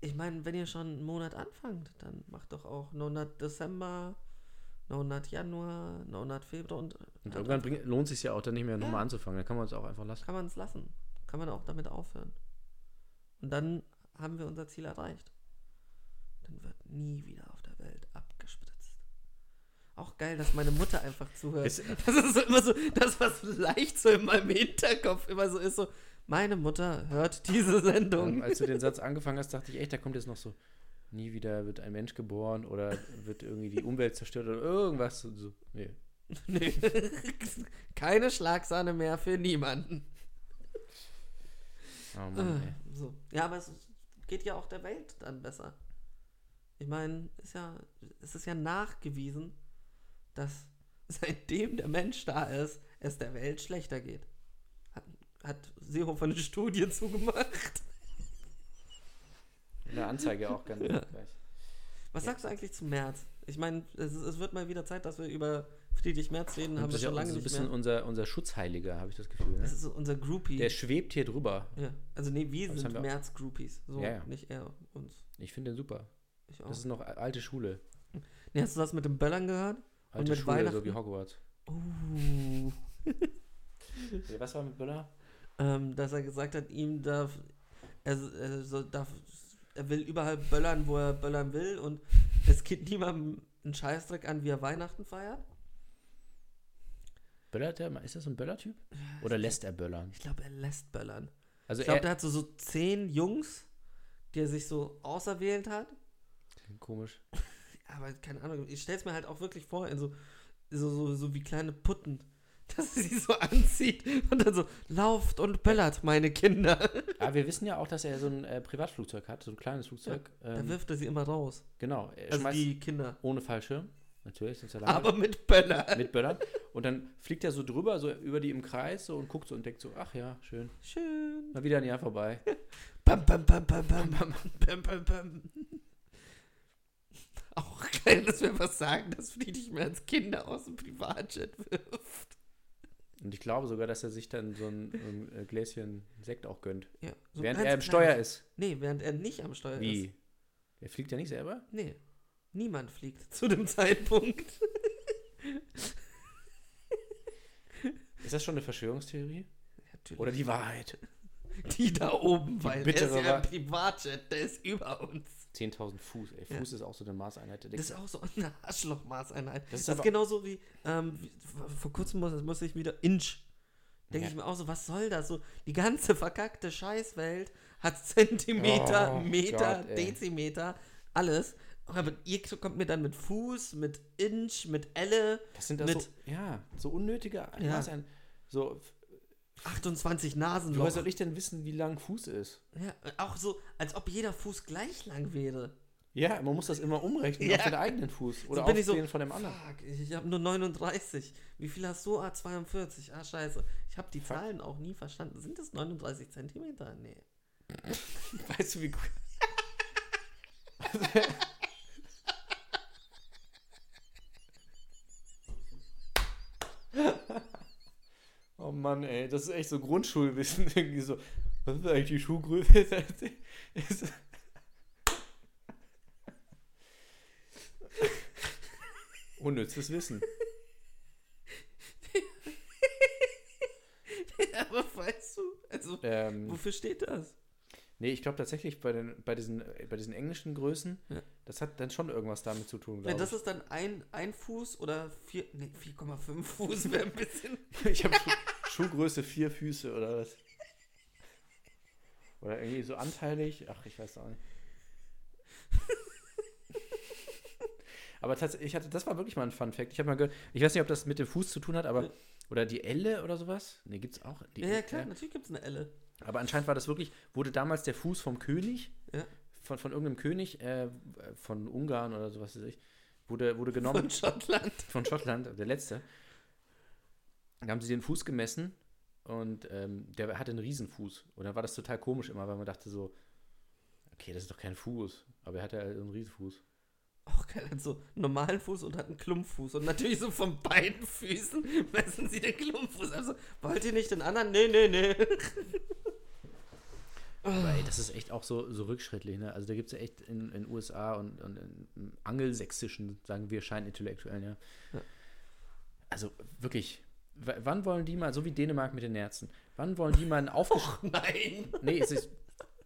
[SPEAKER 3] ich meine, wenn ihr schon einen Monat anfangt, dann macht doch auch No Nut Dezember, No Nut Januar, No Nut Februar und, halt
[SPEAKER 4] Und irgendwann bring, lohnt es sich ja auch dann nicht mehr
[SPEAKER 3] Ja.
[SPEAKER 4] nochmal anzufangen. Dann kann man es auch einfach lassen.
[SPEAKER 3] kann man es lassen. Kann man auch damit aufhören. Und dann haben wir unser Ziel erreicht. Dann wird nie wieder auf der Welt abgespritzt. Auch geil, dass meine Mutter einfach zuhört.
[SPEAKER 4] Ist-
[SPEAKER 3] das ist so immer so, das, was leicht so in meinem Hinterkopf immer so ist, so, meine Mutter hört diese Sendung.
[SPEAKER 4] Ähm, als du den Satz angefangen hast, dachte ich echt, da kommt jetzt noch so, nie wieder wird ein Mensch geboren oder wird irgendwie die Umwelt zerstört oder irgendwas. So- So. Nee.
[SPEAKER 3] Nö. Keine Schlagsahne mehr für niemanden.
[SPEAKER 4] Oh Mann, ey.
[SPEAKER 3] Äh, so. Ja, aber es geht ja auch der Welt dann besser. Ich meine, ist ja, es ist ja nachgewiesen, dass seitdem der Mensch da ist, es der Welt schlechter geht. Hat, hat Seehofer eine Studie zugemacht.
[SPEAKER 4] In der Anzeige auch ganz gleich.
[SPEAKER 3] Was sagst du eigentlich zu Merz? Ich meine, es, ist- es wird mal wieder Zeit, dass wir über Friedrich Merz reden, haben
[SPEAKER 4] Das
[SPEAKER 3] wir
[SPEAKER 4] ist ja
[SPEAKER 3] schon
[SPEAKER 4] auch
[SPEAKER 3] lange
[SPEAKER 4] so ein
[SPEAKER 3] nicht
[SPEAKER 4] bisschen
[SPEAKER 3] mehr.
[SPEAKER 4] unser, unser Schutzheiliger, habe ich das Gefühl.
[SPEAKER 3] Das
[SPEAKER 4] Ne?
[SPEAKER 3] ist so unser Groupie.
[SPEAKER 4] Der schwebt hier drüber.
[SPEAKER 3] ja. Also nee, wir
[SPEAKER 4] Das haben
[SPEAKER 3] sind
[SPEAKER 4] wir auch.
[SPEAKER 3] Merz-Groupies. So,
[SPEAKER 4] Ja, ja.
[SPEAKER 3] nicht er uns.
[SPEAKER 4] Ich finde den super.
[SPEAKER 3] Ich auch.
[SPEAKER 4] Das ist noch alte Schule.
[SPEAKER 3] nee, hast du das mit dem Böllern gehört?
[SPEAKER 4] Alte
[SPEAKER 3] mit
[SPEAKER 4] Schule, so
[SPEAKER 3] Weihnachten?
[SPEAKER 4] wie Hogwarts. Oh.
[SPEAKER 3] Uh.
[SPEAKER 4] Was war mit Böller?
[SPEAKER 3] ähm, dass er gesagt hat, ihm darf er, er, soll, darf er will überall böllern, wo er böllern will und es geht niemandem einen Scheißdreck an, wie er Weihnachten feiert.
[SPEAKER 4] Böllert er? Ist das ein Böllertyp? Oder lässt er böllern?
[SPEAKER 3] Ich glaube, er lässt böllern.
[SPEAKER 4] Also
[SPEAKER 3] Ich glaube,
[SPEAKER 4] er,
[SPEAKER 3] der hat so, so zehn Jungs, die er sich so auserwählt hat.
[SPEAKER 4] komisch.
[SPEAKER 3] Aber keine Ahnung, ich stell's mir halt auch wirklich vor, in so, so, so, so wie kleine Putten, dass sie so anzieht und dann so, lauft und böllert, meine Kinder.
[SPEAKER 4] Aber wir wissen ja auch, dass er so ein äh, Privatflugzeug hat, so ein kleines Flugzeug.
[SPEAKER 3] Dann
[SPEAKER 4] ähm,
[SPEAKER 3] wirft er sie immer raus.
[SPEAKER 4] genau. Er
[SPEAKER 3] Also
[SPEAKER 4] schmeißt
[SPEAKER 3] die Kinder.
[SPEAKER 4] ohne Fallschirm, natürlich, sonst ja lange
[SPEAKER 3] Aber mit Böllern.
[SPEAKER 4] mit Böllern. Und dann fliegt er so drüber, so über die im Kreis so und guckt so und denkt so, ach ja, schön.
[SPEAKER 3] Schön.
[SPEAKER 4] Mal wieder ein Jahr vorbei.
[SPEAKER 3] Bam, bam, bam, bam, bam, bam, bam, bam, bam. Auch geil, dass wir was sagen, dass Friedrich Merz Kinder aus dem Privatjet wirft.
[SPEAKER 4] Und ich glaube sogar, dass er sich dann so ein, ähm, äh, Gläschen Sekt auch gönnt.
[SPEAKER 3] Ja, so
[SPEAKER 4] während
[SPEAKER 3] ganz äh,
[SPEAKER 4] er im
[SPEAKER 3] klein.
[SPEAKER 4] Steuer ist.
[SPEAKER 3] Nee, während er nicht am Steuer ist.
[SPEAKER 4] Wie? Er fliegt ja nicht selber?
[SPEAKER 3] Nee. Niemand fliegt zu dem Zeitpunkt.
[SPEAKER 4] Ist das schon eine Verschwörungstheorie?
[SPEAKER 3] Natürlich.
[SPEAKER 4] Oder die Wahrheit?
[SPEAKER 3] die da oben, weil der ist
[SPEAKER 4] bittere
[SPEAKER 3] ja
[SPEAKER 4] Wahl.
[SPEAKER 3] im Privatjet, der ist über uns.
[SPEAKER 4] 10.000 Fuß, ey.
[SPEAKER 3] Ja.
[SPEAKER 4] Fuß ist auch so eine Maßeinheit. Da
[SPEAKER 3] Das
[SPEAKER 4] denkst
[SPEAKER 3] ist auch so eine Arschlochmaßeinheit. Das
[SPEAKER 4] Das
[SPEAKER 3] ist,
[SPEAKER 4] ist
[SPEAKER 3] das ist
[SPEAKER 4] aber-
[SPEAKER 3] genauso wie, ähm, wie vor- vor kurzem muss, muss ich wieder Inch. Denke
[SPEAKER 4] Ja.
[SPEAKER 3] ich mir auch so, was soll das? So, die ganze verkackte Scheißwelt hat Zentimeter,
[SPEAKER 4] Oh
[SPEAKER 3] Meter,
[SPEAKER 4] Gott, ey.
[SPEAKER 3] Dezimeter, alles. Aber ihr kommt mir dann mit Fuß, mit Inch, mit Elle,
[SPEAKER 4] du, das sind da
[SPEAKER 3] mit-
[SPEAKER 4] so, ja, so unnötige
[SPEAKER 3] Ja.
[SPEAKER 4] Maßeinheiten. So, f-
[SPEAKER 3] 28
[SPEAKER 4] woher
[SPEAKER 3] Nasenloch.
[SPEAKER 4] soll ich denn wissen, wie lang Fuß ist?
[SPEAKER 3] Ja, auch so, als ob jeder Fuß gleich lang wäre.
[SPEAKER 4] Ja, man muss das immer umrechnen
[SPEAKER 3] Ja.
[SPEAKER 4] auf den eigenen Fuß oder
[SPEAKER 3] so
[SPEAKER 4] auf
[SPEAKER 3] bin
[SPEAKER 4] den
[SPEAKER 3] ich so,
[SPEAKER 4] von dem anderen.
[SPEAKER 3] Fuck, ich habe nur 39. Wie viel hast du? Ah, 42. Ah, scheiße. Ich habe die Zahlen auch nie verstanden. Sind das 39 Zentimeter? Nee.
[SPEAKER 4] Weißt du, wie gut. Oh Mann, ey, das ist echt so Grundschulwissen. Irgendwie so, was ist eigentlich die Schuhgröße? Ist- Unnützes Wissen.
[SPEAKER 3] Aber weißt du, also,
[SPEAKER 4] Ähm,
[SPEAKER 3] wofür steht das?
[SPEAKER 4] nee, ich glaube tatsächlich bei, den, bei, diesen, äh, bei diesen englischen Größen,
[SPEAKER 3] Ja.
[SPEAKER 4] das hat dann schon irgendwas damit zu tun,
[SPEAKER 3] Ja,
[SPEAKER 4] glaube
[SPEAKER 3] das
[SPEAKER 4] ich.
[SPEAKER 3] ist dann ein, ein Fuß oder vier, nee, 4,5 Fuß wäre ein bisschen.
[SPEAKER 4] Ich habe Schuh, Schuhgröße vier Füße oder was? Oder irgendwie so anteilig. Ach, ich weiß auch nicht. Aber tatsächlich, ich hatte, das war wirklich mal ein Fun Fact. Ich habe mal gehört, ich weiß nicht, ob das mit dem Fuß zu tun hat, aber. Oder die Elle oder sowas? Ne, gibt's auch. Die
[SPEAKER 3] Ja,
[SPEAKER 4] Elle,
[SPEAKER 3] ja klar, natürlich gibt es eine Elle.
[SPEAKER 4] Aber anscheinend war das wirklich, wurde damals der Fuß vom König,
[SPEAKER 3] Ja.
[SPEAKER 4] von, von irgendeinem König, äh, von Ungarn oder sowas weiß ich, wurde, wurde genommen
[SPEAKER 3] Von Schottland.
[SPEAKER 4] von Schottland, der letzte. Da haben sie den Fuß gemessen und ähm, der hatte einen Riesenfuß. Und dann war das total komisch immer, weil man dachte so, okay, das ist doch kein Fuß. Aber er hatte halt einen Riesenfuß.
[SPEAKER 3] Auch geil, hat so einen normalen Fuß und hat einen Klumpfuß. Und natürlich so von beiden Füßen messen sie den Klumpfuß. Also, wollt ihr nicht den anderen? Nee, nee, nee.
[SPEAKER 4] Aber ey, das ist echt auch so, so rückschrittlich. Ne? Also da gibt es ja echt in den USA und, und in- im angelsächsischen, sagen wir, Scheinintellektuellen, ja.
[SPEAKER 3] Ja.
[SPEAKER 4] Also wirklich, w- wann wollen die mal, so wie Dänemark mit den Nerzen, wann wollen die mal einen aufgesch
[SPEAKER 3] Nein.
[SPEAKER 4] Nee, es ist.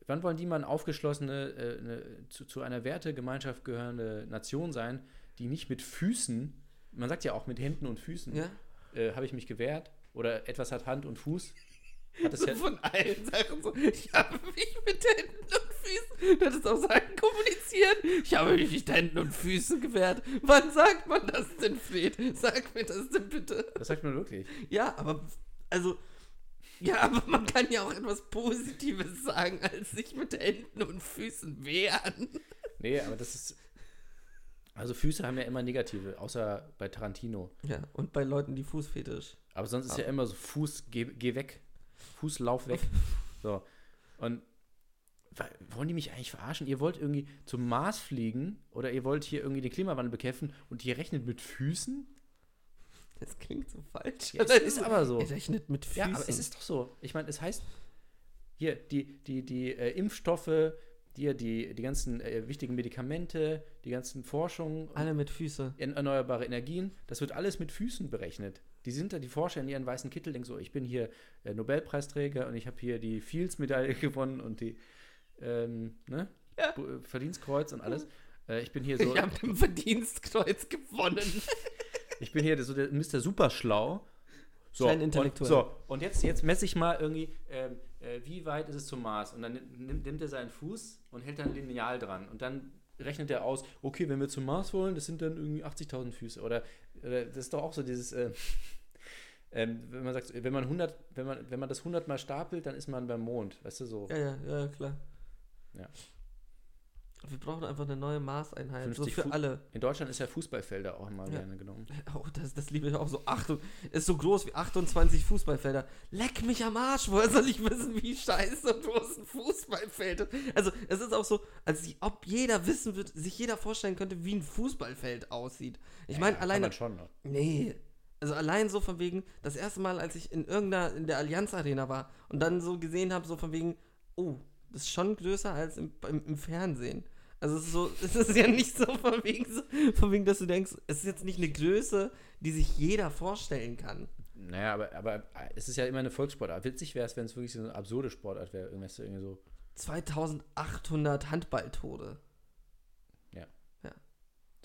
[SPEAKER 4] Wann wollen die mal eine aufgeschlossene, äh, eine, zu, zu einer Wertegemeinschaft gehörende Nation sein, die nicht mit Füßen, man sagt ja auch mit Händen und Füßen,
[SPEAKER 3] Ja.
[SPEAKER 4] äh, habe ich mich gewehrt oder etwas hat Hand und Fuß. Hat es ja,
[SPEAKER 3] Von allen Sachen so. Ich habe mich mit Händen und Füßen. Du hättest auch sagen, kommunizieren. Ich habe mich mit Händen und Füßen gewehrt. Wann sagt man das denn, Fred? Sag mir das denn bitte.
[SPEAKER 4] das sagt man wirklich.
[SPEAKER 3] Ja, aber. Also. Ja, aber man kann ja auch etwas Positives sagen, als sich mit Händen und Füßen wehren.
[SPEAKER 4] Nee, aber das ist. Also Füße haben ja immer negative, außer bei Tarantino.
[SPEAKER 3] Ja, und bei Leuten, die Fußfetisch.
[SPEAKER 4] Aber sonst
[SPEAKER 3] Ah.
[SPEAKER 4] ist ja immer so Fuß, geh, geh weg. Fuß, lauf weg. So. Und wa- wollen die mich eigentlich verarschen? Ihr wollt irgendwie zum Mars fliegen oder ihr wollt hier irgendwie den Klimawandel bekämpfen und ihr rechnet mit Füßen?
[SPEAKER 3] Das klingt so falsch.
[SPEAKER 4] Ja, es ist aber so.
[SPEAKER 3] Er rechnet mit
[SPEAKER 4] Ja,
[SPEAKER 3] Füßen.
[SPEAKER 4] aber es ist doch so. Ich meine, es heißt hier, die, die, die äh, Impfstoffe, die, die, die ganzen äh, wichtigen Medikamente, die ganzen Forschungen,
[SPEAKER 3] Alle mit Füße.
[SPEAKER 4] en- erneuerbare Energien, das wird alles mit Füßen berechnet. Die sind da, die Forscher in ihren weißen Kittel denken so, ich bin hier äh, Nobelpreisträger und ich habe hier die Fields-Medaille gewonnen und die ähm, ne?
[SPEAKER 3] Ja.
[SPEAKER 4] Bu- Verdienstkreuz und alles. Äh, ich bin hier so,
[SPEAKER 3] Ich habe den Verdienstkreuz gewonnen.
[SPEAKER 4] ich bin hier so der Mr. Superschlau. So,
[SPEAKER 3] Klein
[SPEAKER 4] und,
[SPEAKER 3] intellektuell.
[SPEAKER 4] so, und jetzt, jetzt messe ich mal irgendwie, ähm, äh, wie weit ist es zum Mars? Und dann nimmt, nimmt er seinen Fuß und hält dann ein Lineal dran. Und dann rechnet er aus, okay, wenn wir zum Mars wollen, das sind dann irgendwie 80.000 Füße. Oder, oder das ist doch auch so dieses, äh, ähm, wenn man sagt, wenn man, 100, wenn man, wenn man das 100 Mal stapelt, dann ist man beim Mond. Weißt du, so.
[SPEAKER 3] Ja, ja, ja, klar.
[SPEAKER 4] Ja.
[SPEAKER 3] Wir brauchen einfach eine neue Maßeinheit. So
[SPEAKER 4] 50
[SPEAKER 3] für
[SPEAKER 4] Fu-
[SPEAKER 3] alle.
[SPEAKER 4] In Deutschland ist ja Fußballfelder auch mal
[SPEAKER 3] Ja.
[SPEAKER 4] gerne genommen.
[SPEAKER 3] Oh, das, das liebe ich auch so. Achtung, ist so groß wie 28 Fußballfelder. Leck mich am Arsch. Woher soll ich wissen, wie scheiße und groß ein Fußballfeld ist? Also, es ist auch so, als ob jeder wissen wird, sich jeder vorstellen könnte, wie ein Fußballfeld aussieht. Ich meine,
[SPEAKER 4] Ja, kann
[SPEAKER 3] alleine
[SPEAKER 4] man schon noch.
[SPEAKER 3] Nee. Also allein so von wegen, das erste Mal, als ich in irgendeiner, in der Allianz Arena war und dann so gesehen habe, so von wegen, oh, das ist schon größer als im, im, im Fernsehen. Also es ist so, es ist ja nicht so von wegen, so, von wegen, dass du denkst, es ist jetzt nicht eine Größe, die sich jeder vorstellen kann.
[SPEAKER 4] Naja, aber, aber äh, es ist ja immer eine Volkssportart. Witzig wäre es, wenn es wirklich so eine absurde Sportart wäre. Irgendwas so irgendwie so.
[SPEAKER 3] 2800 Handballtode.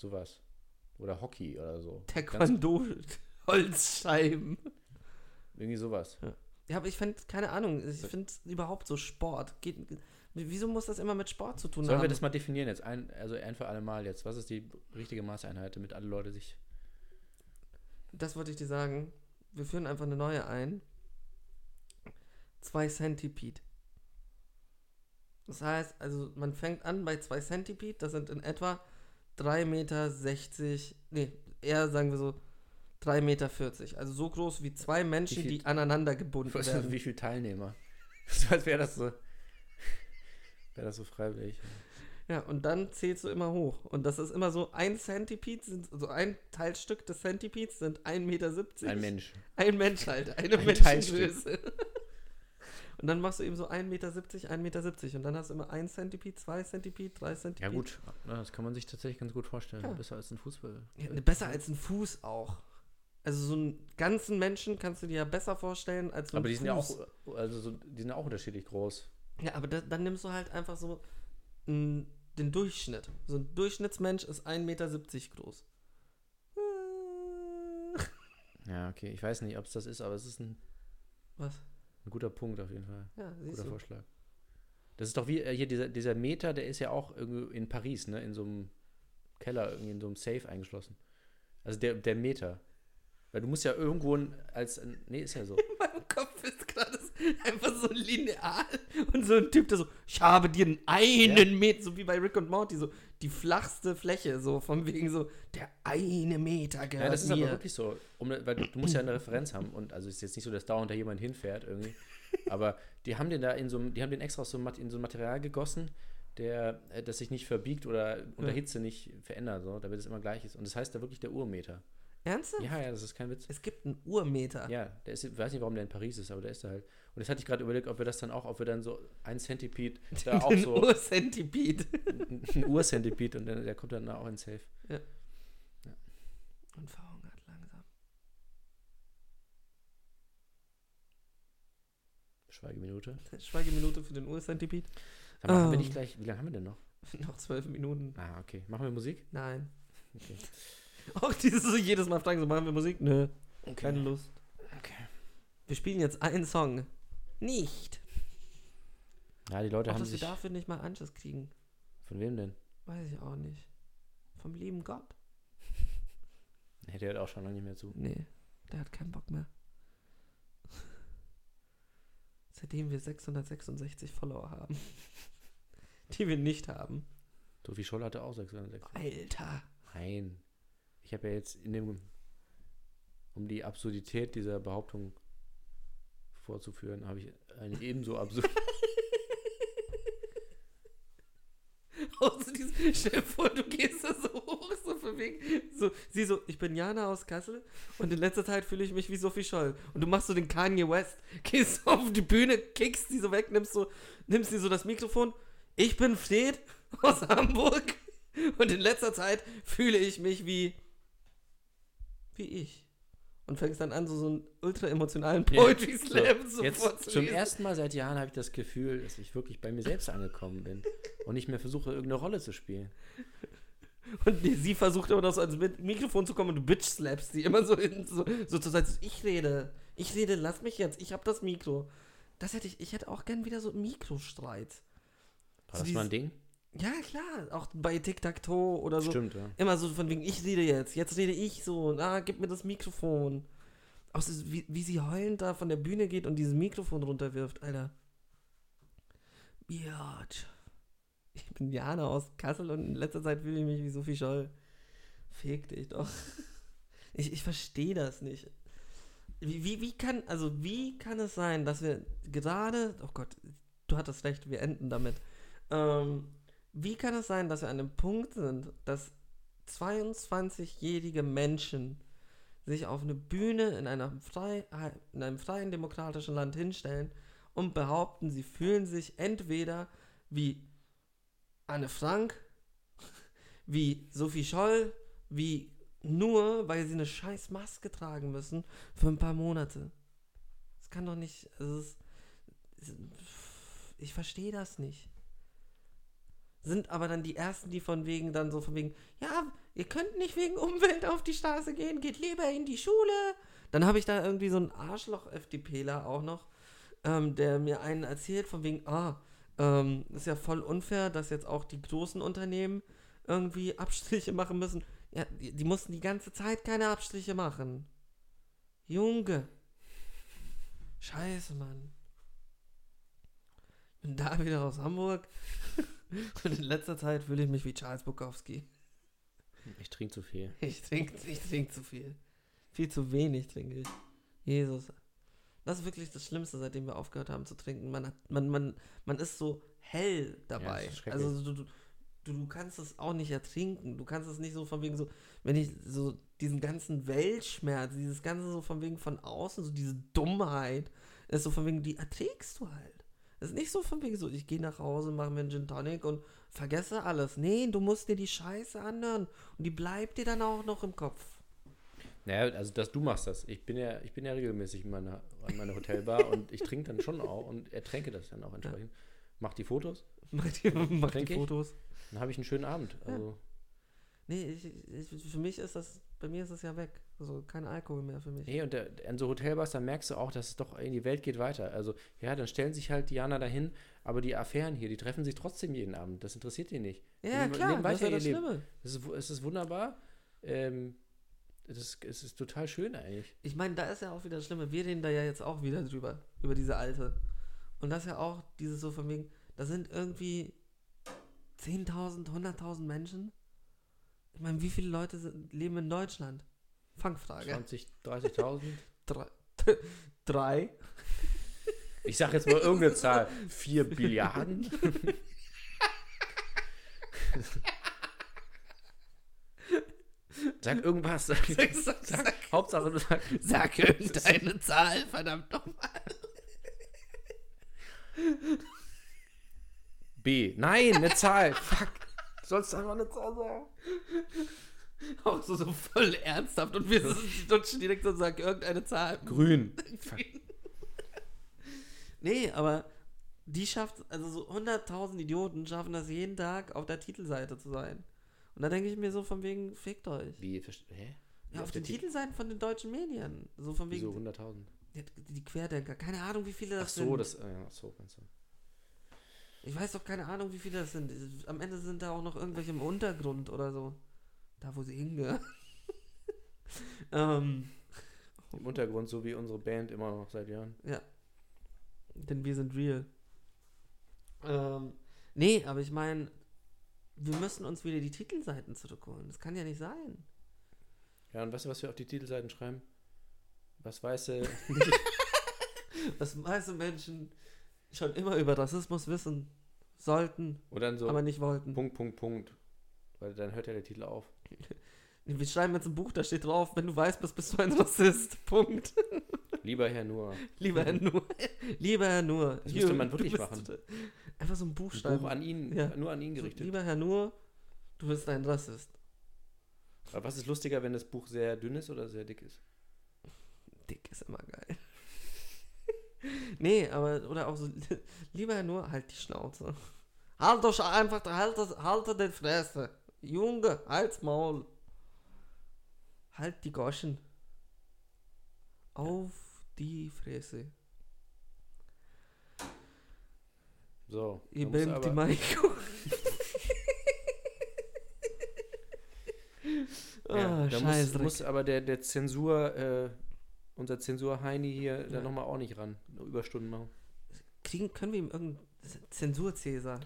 [SPEAKER 4] Sowas. Oder Hockey oder so. Ganz-
[SPEAKER 3] Taekwondo, Holzscheiben.
[SPEAKER 4] Irgendwie sowas.
[SPEAKER 3] Ja, aber ich finde, keine Ahnung, ich finde überhaupt so Sport. Geht, wieso muss das immer mit Sport zu tun
[SPEAKER 4] Sollen wir
[SPEAKER 3] haben?
[SPEAKER 4] das mal definieren jetzt? Ein, also ein für alle Mal jetzt. Was ist die richtige Maßeinheit, damit alle Leute sich.
[SPEAKER 3] Das wollte ich dir sagen. Wir führen einfach eine neue ein. Zwei Centipede. Das heißt, also man fängt an bei zwei Centipede. Das sind in etwa 3,60 Meter. Nee, eher sagen wir so 3,40 Meter. Also so groß wie zwei Menschen,
[SPEAKER 4] viel-
[SPEAKER 3] die aneinander gebunden
[SPEAKER 4] Weißt du,
[SPEAKER 3] werden.
[SPEAKER 4] wie viele Teilnehmer? So als wäre das so. Wäre das so freiwillig.
[SPEAKER 3] Ja, und dann zählst du immer hoch. Und das ist immer so ein Centipede, sind, so ein Teilstück des Centipedes sind 1,70 Meter.
[SPEAKER 4] Ein Mensch.
[SPEAKER 3] Ein Mensch halt, eine
[SPEAKER 4] Ein
[SPEAKER 3] Menschengröße. Und dann machst du eben so 1,70 Meter, 1,70 Meter. Und dann hast du immer 1 Centipede, 2 Centipede, 3
[SPEAKER 4] Ja,
[SPEAKER 3] Centipede.
[SPEAKER 4] gut. Ja, Das kann man sich tatsächlich ganz gut vorstellen. Besser als ein Fußball.
[SPEAKER 3] Ja, ne, besser als ein Fuß auch. Also so einen ganzen Menschen kannst du dir ja besser vorstellen als so
[SPEAKER 4] Aber
[SPEAKER 3] einen
[SPEAKER 4] die sind ja
[SPEAKER 3] Fuß.
[SPEAKER 4] auch, also so, die sind ja auch unterschiedlich groß.
[SPEAKER 3] Ja, aber da, dann nimmst du halt einfach so mm, den Durchschnitt. So ein Durchschnittsmensch ist 1,70 Meter groß. Äh,
[SPEAKER 4] Ja, okay. Ich weiß nicht, ob es das ist, aber es ist ein,
[SPEAKER 3] Was?
[SPEAKER 4] ein guter Punkt auf jeden Fall.
[SPEAKER 3] Ja, siehst
[SPEAKER 4] Guter
[SPEAKER 3] du.
[SPEAKER 4] Vorschlag. Das ist doch wie äh, hier dieser, dieser Meter, der ist ja auch irgendwie in Paris, ne? In so einem Keller, irgendwie in so einem Safe eingeschlossen. Also der, der Meter. Weil du musst ja irgendwo ein, als. ein- Nee, ist ja so.
[SPEAKER 3] Mein Kopf ist gerade einfach so lineal und so ein Typ, der so, ich habe dir einen einen Meter, so wie bei Rick und Morty, so die flachste Fläche, so von wegen so, der eine Meter gehört
[SPEAKER 4] Ja, das ist
[SPEAKER 3] mir.
[SPEAKER 4] aber wirklich so. Um, weil du, du musst ja eine Referenz haben. Und also ist jetzt nicht so, dass dauernd da jemand hinfährt irgendwie. Aber die haben den da in so einem, die haben den extra aus so einem Mat- in so ein Material gegossen, der, äh, das sich nicht verbiegt oder unter
[SPEAKER 3] Ja.
[SPEAKER 4] Hitze nicht verändert, so, damit es immer gleich ist. Und das heißt da wirklich der Urmeter.
[SPEAKER 3] Ernsthaft?
[SPEAKER 4] Ja, ja, das ist kein Witz.
[SPEAKER 3] Es gibt einen Urmeter.
[SPEAKER 4] Ja, der ist, ich weiß nicht, warum der in Paris ist, aber der ist da halt. Und jetzt hatte ich gerade überlegt, ob wir das dann auch, ob wir dann so ein Centipede, da auch
[SPEAKER 3] Ein
[SPEAKER 4] so
[SPEAKER 3] Urcentipede.
[SPEAKER 4] ein Ur-Centipede und dann, der kommt dann da auch in Safe.
[SPEAKER 3] Und verhungert langsam.
[SPEAKER 4] Schweigeminute.
[SPEAKER 3] Schweigeminute für den Urcentipede.
[SPEAKER 4] Dann machen wir
[SPEAKER 3] Ähm.
[SPEAKER 4] nicht gleich, wie lange haben wir denn noch?
[SPEAKER 3] Noch zwölf Minuten.
[SPEAKER 4] Ah, okay. Machen wir Musik?
[SPEAKER 3] Nein.
[SPEAKER 4] Okay.
[SPEAKER 3] Auch dieses so jedes Mal fragen, so machen wir Musik? Nö, keine
[SPEAKER 4] okay.
[SPEAKER 3] Lust.
[SPEAKER 4] Okay.
[SPEAKER 3] Wir spielen jetzt einen Song. Nicht.
[SPEAKER 4] Ja, die Leute
[SPEAKER 3] Auch,
[SPEAKER 4] haben
[SPEAKER 3] dass wir
[SPEAKER 4] sich.
[SPEAKER 3] dafür nicht mal Anschluss kriegen.
[SPEAKER 4] Von wem denn?
[SPEAKER 3] Weiß ich auch nicht. Vom lieben Gott?
[SPEAKER 4] Nee, der hört auch schon lange nicht mehr zu.
[SPEAKER 3] Nee, der hat keinen Bock mehr. Seitdem wir 666 Follower haben. Die wir nicht haben.
[SPEAKER 4] Sophie Scholl hatte auch 606.
[SPEAKER 3] Alter.
[SPEAKER 4] Nein. Ich habe ja jetzt in dem. Um die Absurdität dieser Behauptung vorzuführen, habe ich eine ebenso absurde.
[SPEAKER 3] Außer diesem, stell dir vor, du gehst da so hoch, so von wegen. So, sie so, ich bin Jana aus Kassel und in letzter Zeit fühle ich mich wie Sophie Scholl. Und du machst so den Kanye West, gehst auf die Bühne, kickst sie so weg, nimmst so, nimmst sie so das Mikrofon. Ich bin Fred aus Hamburg und in letzter Zeit fühle ich mich wie. wie ich. Und fängst dann an, so, so einen ultra emotionalen
[SPEAKER 4] Ja,
[SPEAKER 3] Poetry Slam
[SPEAKER 4] So,
[SPEAKER 3] so,
[SPEAKER 4] jetzt zum
[SPEAKER 3] vorzulesen.
[SPEAKER 4] ersten Mal seit Jahren habe ich das Gefühl, dass ich wirklich bei mir selbst angekommen bin und nicht mehr versuche, irgendeine Rolle zu spielen.
[SPEAKER 3] Und die- sie versucht immer noch so ans Mi- Mikrofon zu kommen und du bitch slappst sie immer so hin, so, so zur Seite. so, Ich rede, ich rede, lass mich jetzt, ich hab das Mikro. Das hätte ich, ich hätte auch gern wieder so einen Mikrostreit.
[SPEAKER 4] War
[SPEAKER 3] So
[SPEAKER 4] das mal
[SPEAKER 3] dieses-
[SPEAKER 4] ein Ding?
[SPEAKER 3] Ja, klar, auch bei Tic-Tac-Toe oder so.
[SPEAKER 4] Stimmt, ja.
[SPEAKER 3] Immer so von wegen, ich rede jetzt, jetzt rede ich so, na, gib mir das Mikrofon. Auch so, wie, wie sie heulend da von der Bühne geht und dieses Mikrofon runterwirft, Alter. Biatch. Ich bin Jana aus Kassel und in letzter Zeit fühle ich mich wie Sophie Scholl. Fick dich doch. Ich, ich verstehe das nicht. Wie, wie, wie kann, also wie kann es sein, dass wir gerade, oh Gott, du hattest recht, wir enden damit. Ähm, wie kann es sein, dass wir an dem Punkt sind, dass 22-jährige Menschen sich auf eine Bühne in, einer frei, in einem freien demokratischen Land hinstellen und behaupten, sie fühlen sich entweder wie Anne Frank, wie Sophie Scholl, wie nur, weil sie eine scheiß Maske tragen müssen für ein paar Monate. Das kann doch nicht. Also es, es, ich verstehe das nicht. Sind aber dann die ersten, die von wegen dann so von wegen, ja, ihr könnt nicht wegen Umwelt auf die Straße gehen, geht lieber in die Schule. Dann habe ich da irgendwie so einen Arschloch-FDPler auch noch, ähm, der mir einen erzählt von wegen, ah, ähm, ist ja voll unfair, dass jetzt auch die großen Unternehmen irgendwie Abstriche machen müssen. Ja, die, die mussten die ganze Zeit keine Abstriche machen. Junge. Scheiße, Mann. Ich bin da wieder aus Hamburg. Und in letzter Zeit fühle ich mich wie Charles Bukowski.
[SPEAKER 4] Ich trinke zu viel.
[SPEAKER 3] Ich trinke ich trink zu viel. Viel zu wenig trinke ich. Jesus. Das ist wirklich das Schlimmste, seitdem wir aufgehört haben zu trinken. Man, hat, man, man, man ist so hell dabei.
[SPEAKER 4] ist schrecklich.
[SPEAKER 3] also du, du, du, du kannst es auch nicht ertrinken. Du kannst es nicht so von wegen so, wenn ich so diesen ganzen Weltschmerz, dieses ganze so von wegen von außen, so diese Dummheit, das ist so von wegen, die erträgst du halt. Das ist nicht so von wegen so, ich gehe nach Hause, mache mir einen Gin Tonic und vergesse alles. Nee, du musst dir die Scheiße anhören und die bleibt dir dann auch noch im Kopf.
[SPEAKER 4] Naja, also dass du machst das. Ich bin ja, ich bin ja regelmäßig in meiner, an meiner Hotelbar und ich trinke dann schon auch und ertränke das dann auch entsprechend. Mach die Fotos,
[SPEAKER 3] Mach die, mach die
[SPEAKER 4] Denke ich.
[SPEAKER 3] Fotos.
[SPEAKER 4] dann habe ich einen schönen Abend. Also,
[SPEAKER 3] Nee, ich, ich, für mich ist das, bei mir ist das ja weg. Also kein Alkohol mehr für mich.
[SPEAKER 4] nee, und der, an so Hotelbars, da merkst du auch, dass es doch, ey, die Welt geht weiter. Also, ja, dann stellen sich halt Diana dahin, aber die Affären hier, die treffen sich trotzdem jeden Abend. Das interessiert die nicht.
[SPEAKER 3] Ja,
[SPEAKER 4] Die
[SPEAKER 3] klar,
[SPEAKER 4] leben
[SPEAKER 3] das ist ja
[SPEAKER 4] weiter
[SPEAKER 3] das
[SPEAKER 4] ihr Leben.
[SPEAKER 3] Schlimme.
[SPEAKER 4] Es ist, wu- es ist wunderbar. Ähm, das, ist- es ist total schön eigentlich.
[SPEAKER 3] Ich meine, da ist ja auch wieder das Schlimme. Wir reden da ja jetzt auch wieder drüber, über diese alte. Und das ist ja auch dieses so von wegen, da sind irgendwie 10.000, 100.000 Menschen. Ich meine, wie viele Leute sind, leben in Deutschland? Fangfrage.
[SPEAKER 4] 20, 30.000.
[SPEAKER 3] Drei. Drei.
[SPEAKER 4] Ich sag jetzt mal irgendeine Zahl. 4 Billiarden? Sag irgendwas. Sag,
[SPEAKER 3] sag, sag.
[SPEAKER 4] Hauptsache du sagst.
[SPEAKER 3] Sag irgendeine Zahl, verdammt nochmal.
[SPEAKER 4] B. Nein, eine Zahl. Fuck. Sollst einfach eine Zahl sagen?
[SPEAKER 3] Auch so, so voll ernsthaft. Und wir sitzen direkt und sagen irgendeine Zahl.
[SPEAKER 4] Grün.
[SPEAKER 3] Nee, aber die schafft, also so 100.000 Idioten schaffen das jeden Tag auf der Titelseite zu sein. Und da denke ich mir so von wegen, fickt euch.
[SPEAKER 4] Wie? Verste- Hä?
[SPEAKER 3] Ja, auf
[SPEAKER 4] der
[SPEAKER 3] den
[SPEAKER 4] Ti-
[SPEAKER 3] Titelseiten von den deutschen Medien. So von
[SPEAKER 4] Wieso
[SPEAKER 3] wegen,
[SPEAKER 4] 100.000?
[SPEAKER 3] die, die Querdenker. Keine Ahnung, wie viele das
[SPEAKER 4] Ach so,
[SPEAKER 3] sind.
[SPEAKER 4] das. ah Ja, ach so, meinst du.
[SPEAKER 3] ich weiß doch keine Ahnung, wie viele das sind. Am Ende sind da auch noch irgendwelche im Untergrund oder so. Da, wo sie hingehören. ähm,
[SPEAKER 4] Im Untergrund, so wie unsere Band immer noch seit Jahren.
[SPEAKER 3] Denn wir sind real. Ähm, nee, aber ich meine, wir müssen uns wieder die Titelseiten zurückholen. Das kann ja nicht sein.
[SPEAKER 4] Ja, und weißt du, was wir auf die Titelseiten schreiben? Was weißt du?
[SPEAKER 3] Was meiste Menschen schon immer über Rassismus wissen sollten,
[SPEAKER 4] Oder dann so.
[SPEAKER 3] aber nicht wollten.
[SPEAKER 4] Punkt, Punkt, Punkt. Weil dann hört ja der Titel auf.
[SPEAKER 3] Wir schreiben jetzt ein Buch, da steht drauf, wenn du weiß bist, bist du ein Rassist. Punkt.
[SPEAKER 4] Lieber Herr Nur.
[SPEAKER 3] Lieber Herr Nur. Lieber Herr Nur.
[SPEAKER 4] Mhm. Das müsste
[SPEAKER 3] Jürgen,
[SPEAKER 4] man
[SPEAKER 3] du
[SPEAKER 4] wirklich
[SPEAKER 3] bist-
[SPEAKER 4] machen.
[SPEAKER 3] Einfach so ein Buch
[SPEAKER 4] Ein
[SPEAKER 3] schreiben.
[SPEAKER 4] Buch an ihn,
[SPEAKER 3] Ja.
[SPEAKER 4] nur an ihn
[SPEAKER 3] So,
[SPEAKER 4] gerichtet.
[SPEAKER 3] lieber Herr Nur, du bist ein Rassist.
[SPEAKER 4] Aber was ist lustiger, wenn das Buch sehr dünn ist oder sehr dick ist?
[SPEAKER 3] Dick ist immer geil. nee, aber, oder auch so, lieber nur halt die Schnauze. Halt doch einfach, halt, das, halt den Fresse. Junge, halt's Maul. Halt die Goschen. Auf die Fresse.
[SPEAKER 4] So.
[SPEAKER 3] Ihr
[SPEAKER 4] da musst du
[SPEAKER 3] bämt die
[SPEAKER 4] aber-
[SPEAKER 3] Maiko. oh,
[SPEAKER 4] ja, da muss,
[SPEAKER 3] scheiße.
[SPEAKER 4] muss aber der, der Zensur, äh, unser Zensur-Heini hier, da
[SPEAKER 3] Ja.
[SPEAKER 4] nochmal auch nicht ran. Nur Überstunden machen.
[SPEAKER 3] Kriegen, können wir ihm irgendeinen Zensur-Cäsar?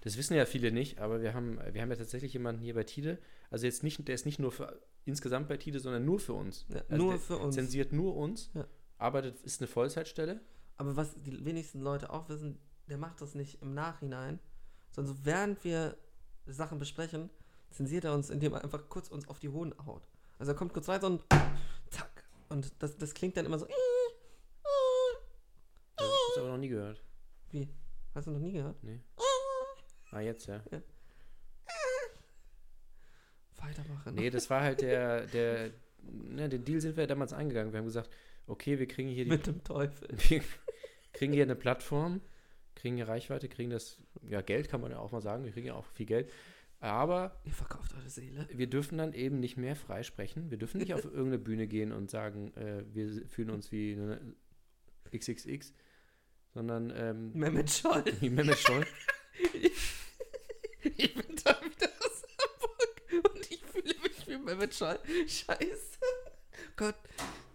[SPEAKER 4] Das wissen ja viele nicht, aber wir haben, wir haben ja tatsächlich jemanden hier bei Tide. Also jetzt nicht, der ist nicht nur für insgesamt bei Tide, sondern nur für uns.
[SPEAKER 3] Ja,
[SPEAKER 4] also
[SPEAKER 3] nur
[SPEAKER 4] der
[SPEAKER 3] für uns.
[SPEAKER 4] Zensiert nur uns,
[SPEAKER 3] Ja.
[SPEAKER 4] arbeitet, ist eine Vollzeitstelle.
[SPEAKER 3] Aber was die wenigsten Leute auch wissen, der macht das nicht im Nachhinein, sondern so während wir Sachen besprechen, zensiert er uns, indem er einfach kurz uns auf die Hohen haut. Also er kommt kurz rein so und zack. Und das, das klingt dann immer so.
[SPEAKER 4] Das ist aber noch nie gehört.
[SPEAKER 3] Wie? Hast du noch nie gehört?
[SPEAKER 4] Ah, jetzt, ja.
[SPEAKER 3] Weitermachen.
[SPEAKER 4] Nee, das war halt der, der, ne, den Deal sind wir ja damals eingegangen. Wir haben gesagt, okay, wir kriegen hier die,
[SPEAKER 3] Mit dem Teufel.
[SPEAKER 4] wir kriegen hier eine Plattform, kriegen hier Reichweite, kriegen das, ja, Geld kann man ja auch mal sagen, wir kriegen ja auch viel Geld. Aber
[SPEAKER 3] Ihr verkauft eure Seele.
[SPEAKER 4] wir dürfen dann eben nicht mehr frei sprechen. Wir dürfen nicht auf irgendeine Bühne gehen und sagen, äh, wir fühlen uns wie eine XXX, sondern ähm,
[SPEAKER 3] Mehmet Scholl.
[SPEAKER 4] wie Mehmet Scholl.
[SPEAKER 3] Ich bin da wieder aus Hamburg und ich fühle mich wie Mehmet Scholl. Scheiße. Gott,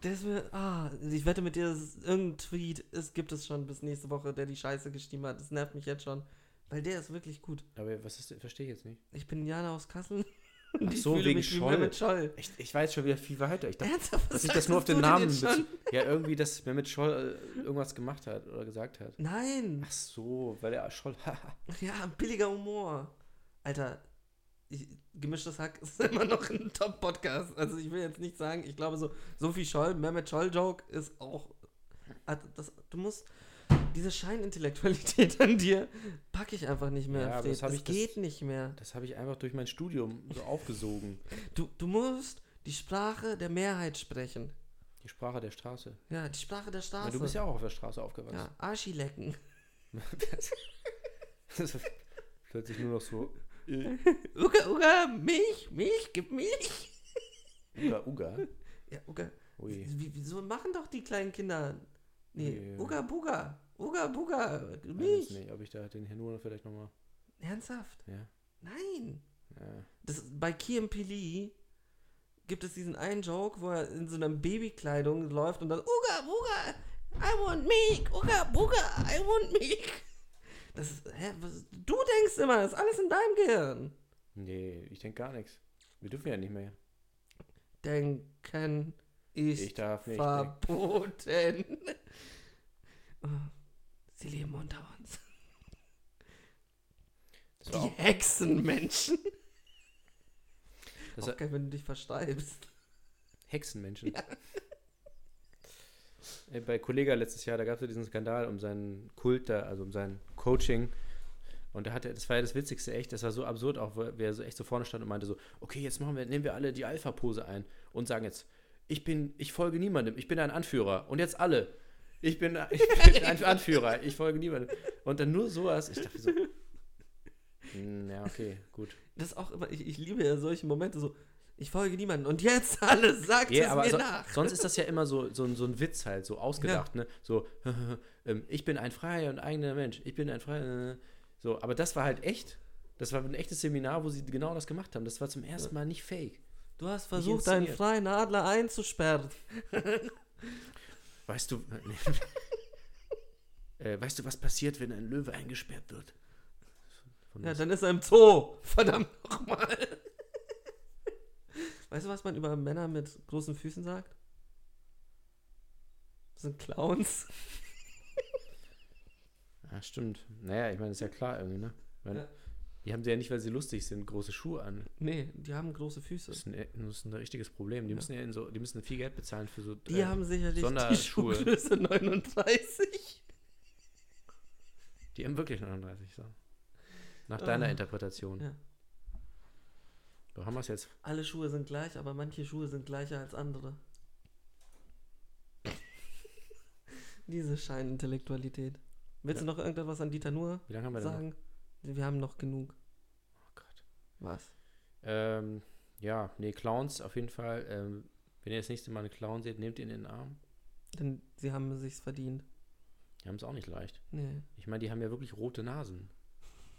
[SPEAKER 3] der ist mir. Ah, ich wette mit dir, das ist irgendein Tweet. Es gibt es schon bis nächste Woche, der die Scheiße geschrieben hat. Das nervt mich jetzt schon. Weil der ist wirklich gut.
[SPEAKER 4] Aber was ist, verstehe ich jetzt nicht.
[SPEAKER 3] Ich bin Jana aus Kassel. Und
[SPEAKER 4] Ach so, wegen Scholl.
[SPEAKER 3] Mehmet Scholl.
[SPEAKER 4] Ich, ich weiß schon wieder viel weiter. Ich dachte,
[SPEAKER 3] Ernsthaft, was
[SPEAKER 4] Dass ich
[SPEAKER 3] sagst
[SPEAKER 4] das nur auf den
[SPEAKER 3] du denn
[SPEAKER 4] Namen
[SPEAKER 3] jetzt schon?
[SPEAKER 4] beziehe. Ja, irgendwie, dass Mehmet Scholl äh, irgendwas gemacht hat oder gesagt hat.
[SPEAKER 3] Nein.
[SPEAKER 4] Ach so, weil er Scholl. haha.
[SPEAKER 3] Ja, billiger Humor. Alter, ich, gemischtes Hack ist immer noch ein Top-Podcast. Also ich will jetzt nicht sagen, ich glaube so, Sophie Scholl, Mehmet Scholl-Joke ist auch. hat Das, du musst. Diese Scheinintellektualität an dir packe ich einfach nicht mehr.
[SPEAKER 4] Ja, aber
[SPEAKER 3] Fred.
[SPEAKER 4] das hab ich- das-
[SPEAKER 3] geht nicht mehr.
[SPEAKER 4] Das habe ich einfach durch mein Studium so aufgesogen.
[SPEAKER 3] Du, du musst die Sprache der Mehrheit sprechen.
[SPEAKER 4] Die Sprache der Straße.
[SPEAKER 3] Ja, die Sprache der
[SPEAKER 4] Ja,
[SPEAKER 3] Straße.
[SPEAKER 4] du bist ja auch auf der Straße aufgewachsen.
[SPEAKER 3] ja Arschi lecken.
[SPEAKER 4] Das ist plötzlich nur noch so
[SPEAKER 3] Uga, Uga, Milch, Milch, gib Milch.
[SPEAKER 4] Uga Uga.
[SPEAKER 3] Ja, Uga.
[SPEAKER 4] Ui.
[SPEAKER 3] Wie- Wieso machen doch die kleinen Kinder? Nee,
[SPEAKER 4] Nee.
[SPEAKER 3] Uga Buga. Uga Buga.
[SPEAKER 4] Ich weiß
[SPEAKER 3] Milch.
[SPEAKER 4] nicht, ob ich da den Hirnhuren vielleicht nochmal.
[SPEAKER 3] Ernsthaft?
[SPEAKER 4] Ja.
[SPEAKER 3] Nein.
[SPEAKER 4] Ja.
[SPEAKER 3] Das, bei Kiem Pili gibt es diesen einen Joke, wo er in so einer Babykleidung läuft und dann Uga Buga. I want milk. Uga Buga. I want milk. Das ist, hä, was, du denkst immer, das ist alles in deinem Gehirn.
[SPEAKER 4] Nee, ich denke gar nichts. Wir dürfen ja nicht mehr.
[SPEAKER 3] Denken ist
[SPEAKER 4] Ich darf nicht. denken.
[SPEAKER 3] verboten. Oh, Sie leben unter uns.
[SPEAKER 4] Das war
[SPEAKER 3] Die
[SPEAKER 4] auch,
[SPEAKER 3] Hexenmenschen.
[SPEAKER 4] das
[SPEAKER 3] Auch
[SPEAKER 4] war
[SPEAKER 3] geil, wenn du dich verstreibst.
[SPEAKER 4] Hexenmenschen. Ey, Bei Kollega letztes Jahr, da gab es ja diesen Skandal um seinen Kult da, also um sein Coaching. Und da hatte, das war ja das Witzigste echt, das war so absurd auch, wo wer so echt so vorne stand und meinte so, okay, jetzt machen wir, nehmen wir alle die Alpha-Pose ein und sagen jetzt, ich bin, ich folge niemandem, ich bin ein Anführer. Und jetzt alle. Ich bin, ich bin ein Anführer, ich folge niemandem. Und dann nur sowas. Ich dachte so, "Hm, ja, okay, gut.
[SPEAKER 3] Das ist auch immer, ich, ich liebe ja solche Momente so, ich folge niemanden und jetzt alle sagt
[SPEAKER 4] Ja,
[SPEAKER 3] es
[SPEAKER 4] aber also
[SPEAKER 3] mir
[SPEAKER 4] so,
[SPEAKER 3] nach.
[SPEAKER 4] sonst ist das ja immer so, so, ein- so ein Witz halt, so ausgedacht, ne? So, ähm, ich bin ein freier und eigener Mensch, ich bin ein freier. äh, So, aber das war halt echt. Das war ein echtes Seminar, wo sie genau das gemacht haben. Das war zum ersten Mal nicht fake.
[SPEAKER 3] Du hast versucht, deinen
[SPEAKER 4] inszeniert.
[SPEAKER 3] freien Adler einzusperren.
[SPEAKER 4] Weißt du, äh, weißt du, was passiert, wenn ein Löwe eingesperrt wird? Von
[SPEAKER 3] Ja,
[SPEAKER 4] was?
[SPEAKER 3] dann ist er im Zoo. Verdammt nochmal. Weißt du, was man über Männer mit großen Füßen sagt? Das sind Clowns.
[SPEAKER 4] Ah, stimmt. Naja, ich meine, ist ja klar irgendwie, ne? Ich Meine,
[SPEAKER 3] Ja.
[SPEAKER 4] Die haben sie ja nicht, weil sie lustig sind, große Schuhe an.
[SPEAKER 3] Nee, die haben große Füße.
[SPEAKER 4] Das ist ein, e, das ist ein richtiges Problem. Die müssen ja in so, die müssen viel Geld bezahlen für so.
[SPEAKER 3] Die
[SPEAKER 4] äh,
[SPEAKER 3] haben sicherlich die
[SPEAKER 4] Sonderschuhe.
[SPEAKER 3] Schuhgröße 39.
[SPEAKER 4] Die haben wirklich 39, so. Nach deiner
[SPEAKER 3] Ah,
[SPEAKER 4] Interpretation.
[SPEAKER 3] ja.
[SPEAKER 4] So haben wir es jetzt.
[SPEAKER 3] Alle Schuhe sind gleich, aber manche Schuhe sind gleicher als andere. Diese Scheinintellektualität. Willst du noch irgendetwas an Dieter Nuhr
[SPEAKER 4] Wie lange haben wir denn? Noch?
[SPEAKER 3] sagen? Wir haben noch genug.
[SPEAKER 4] Oh Gott.
[SPEAKER 3] Was?
[SPEAKER 4] Ähm, ja, nee, Clowns auf jeden Fall. Ähm, wenn ihr das nächste Mal einen Clown seht, nehmt ihn in den Arm.
[SPEAKER 3] Denn sie haben es sich's verdient.
[SPEAKER 4] Die haben es auch nicht leicht.
[SPEAKER 3] Nee.
[SPEAKER 4] Ich meine, die haben ja wirklich rote Nasen.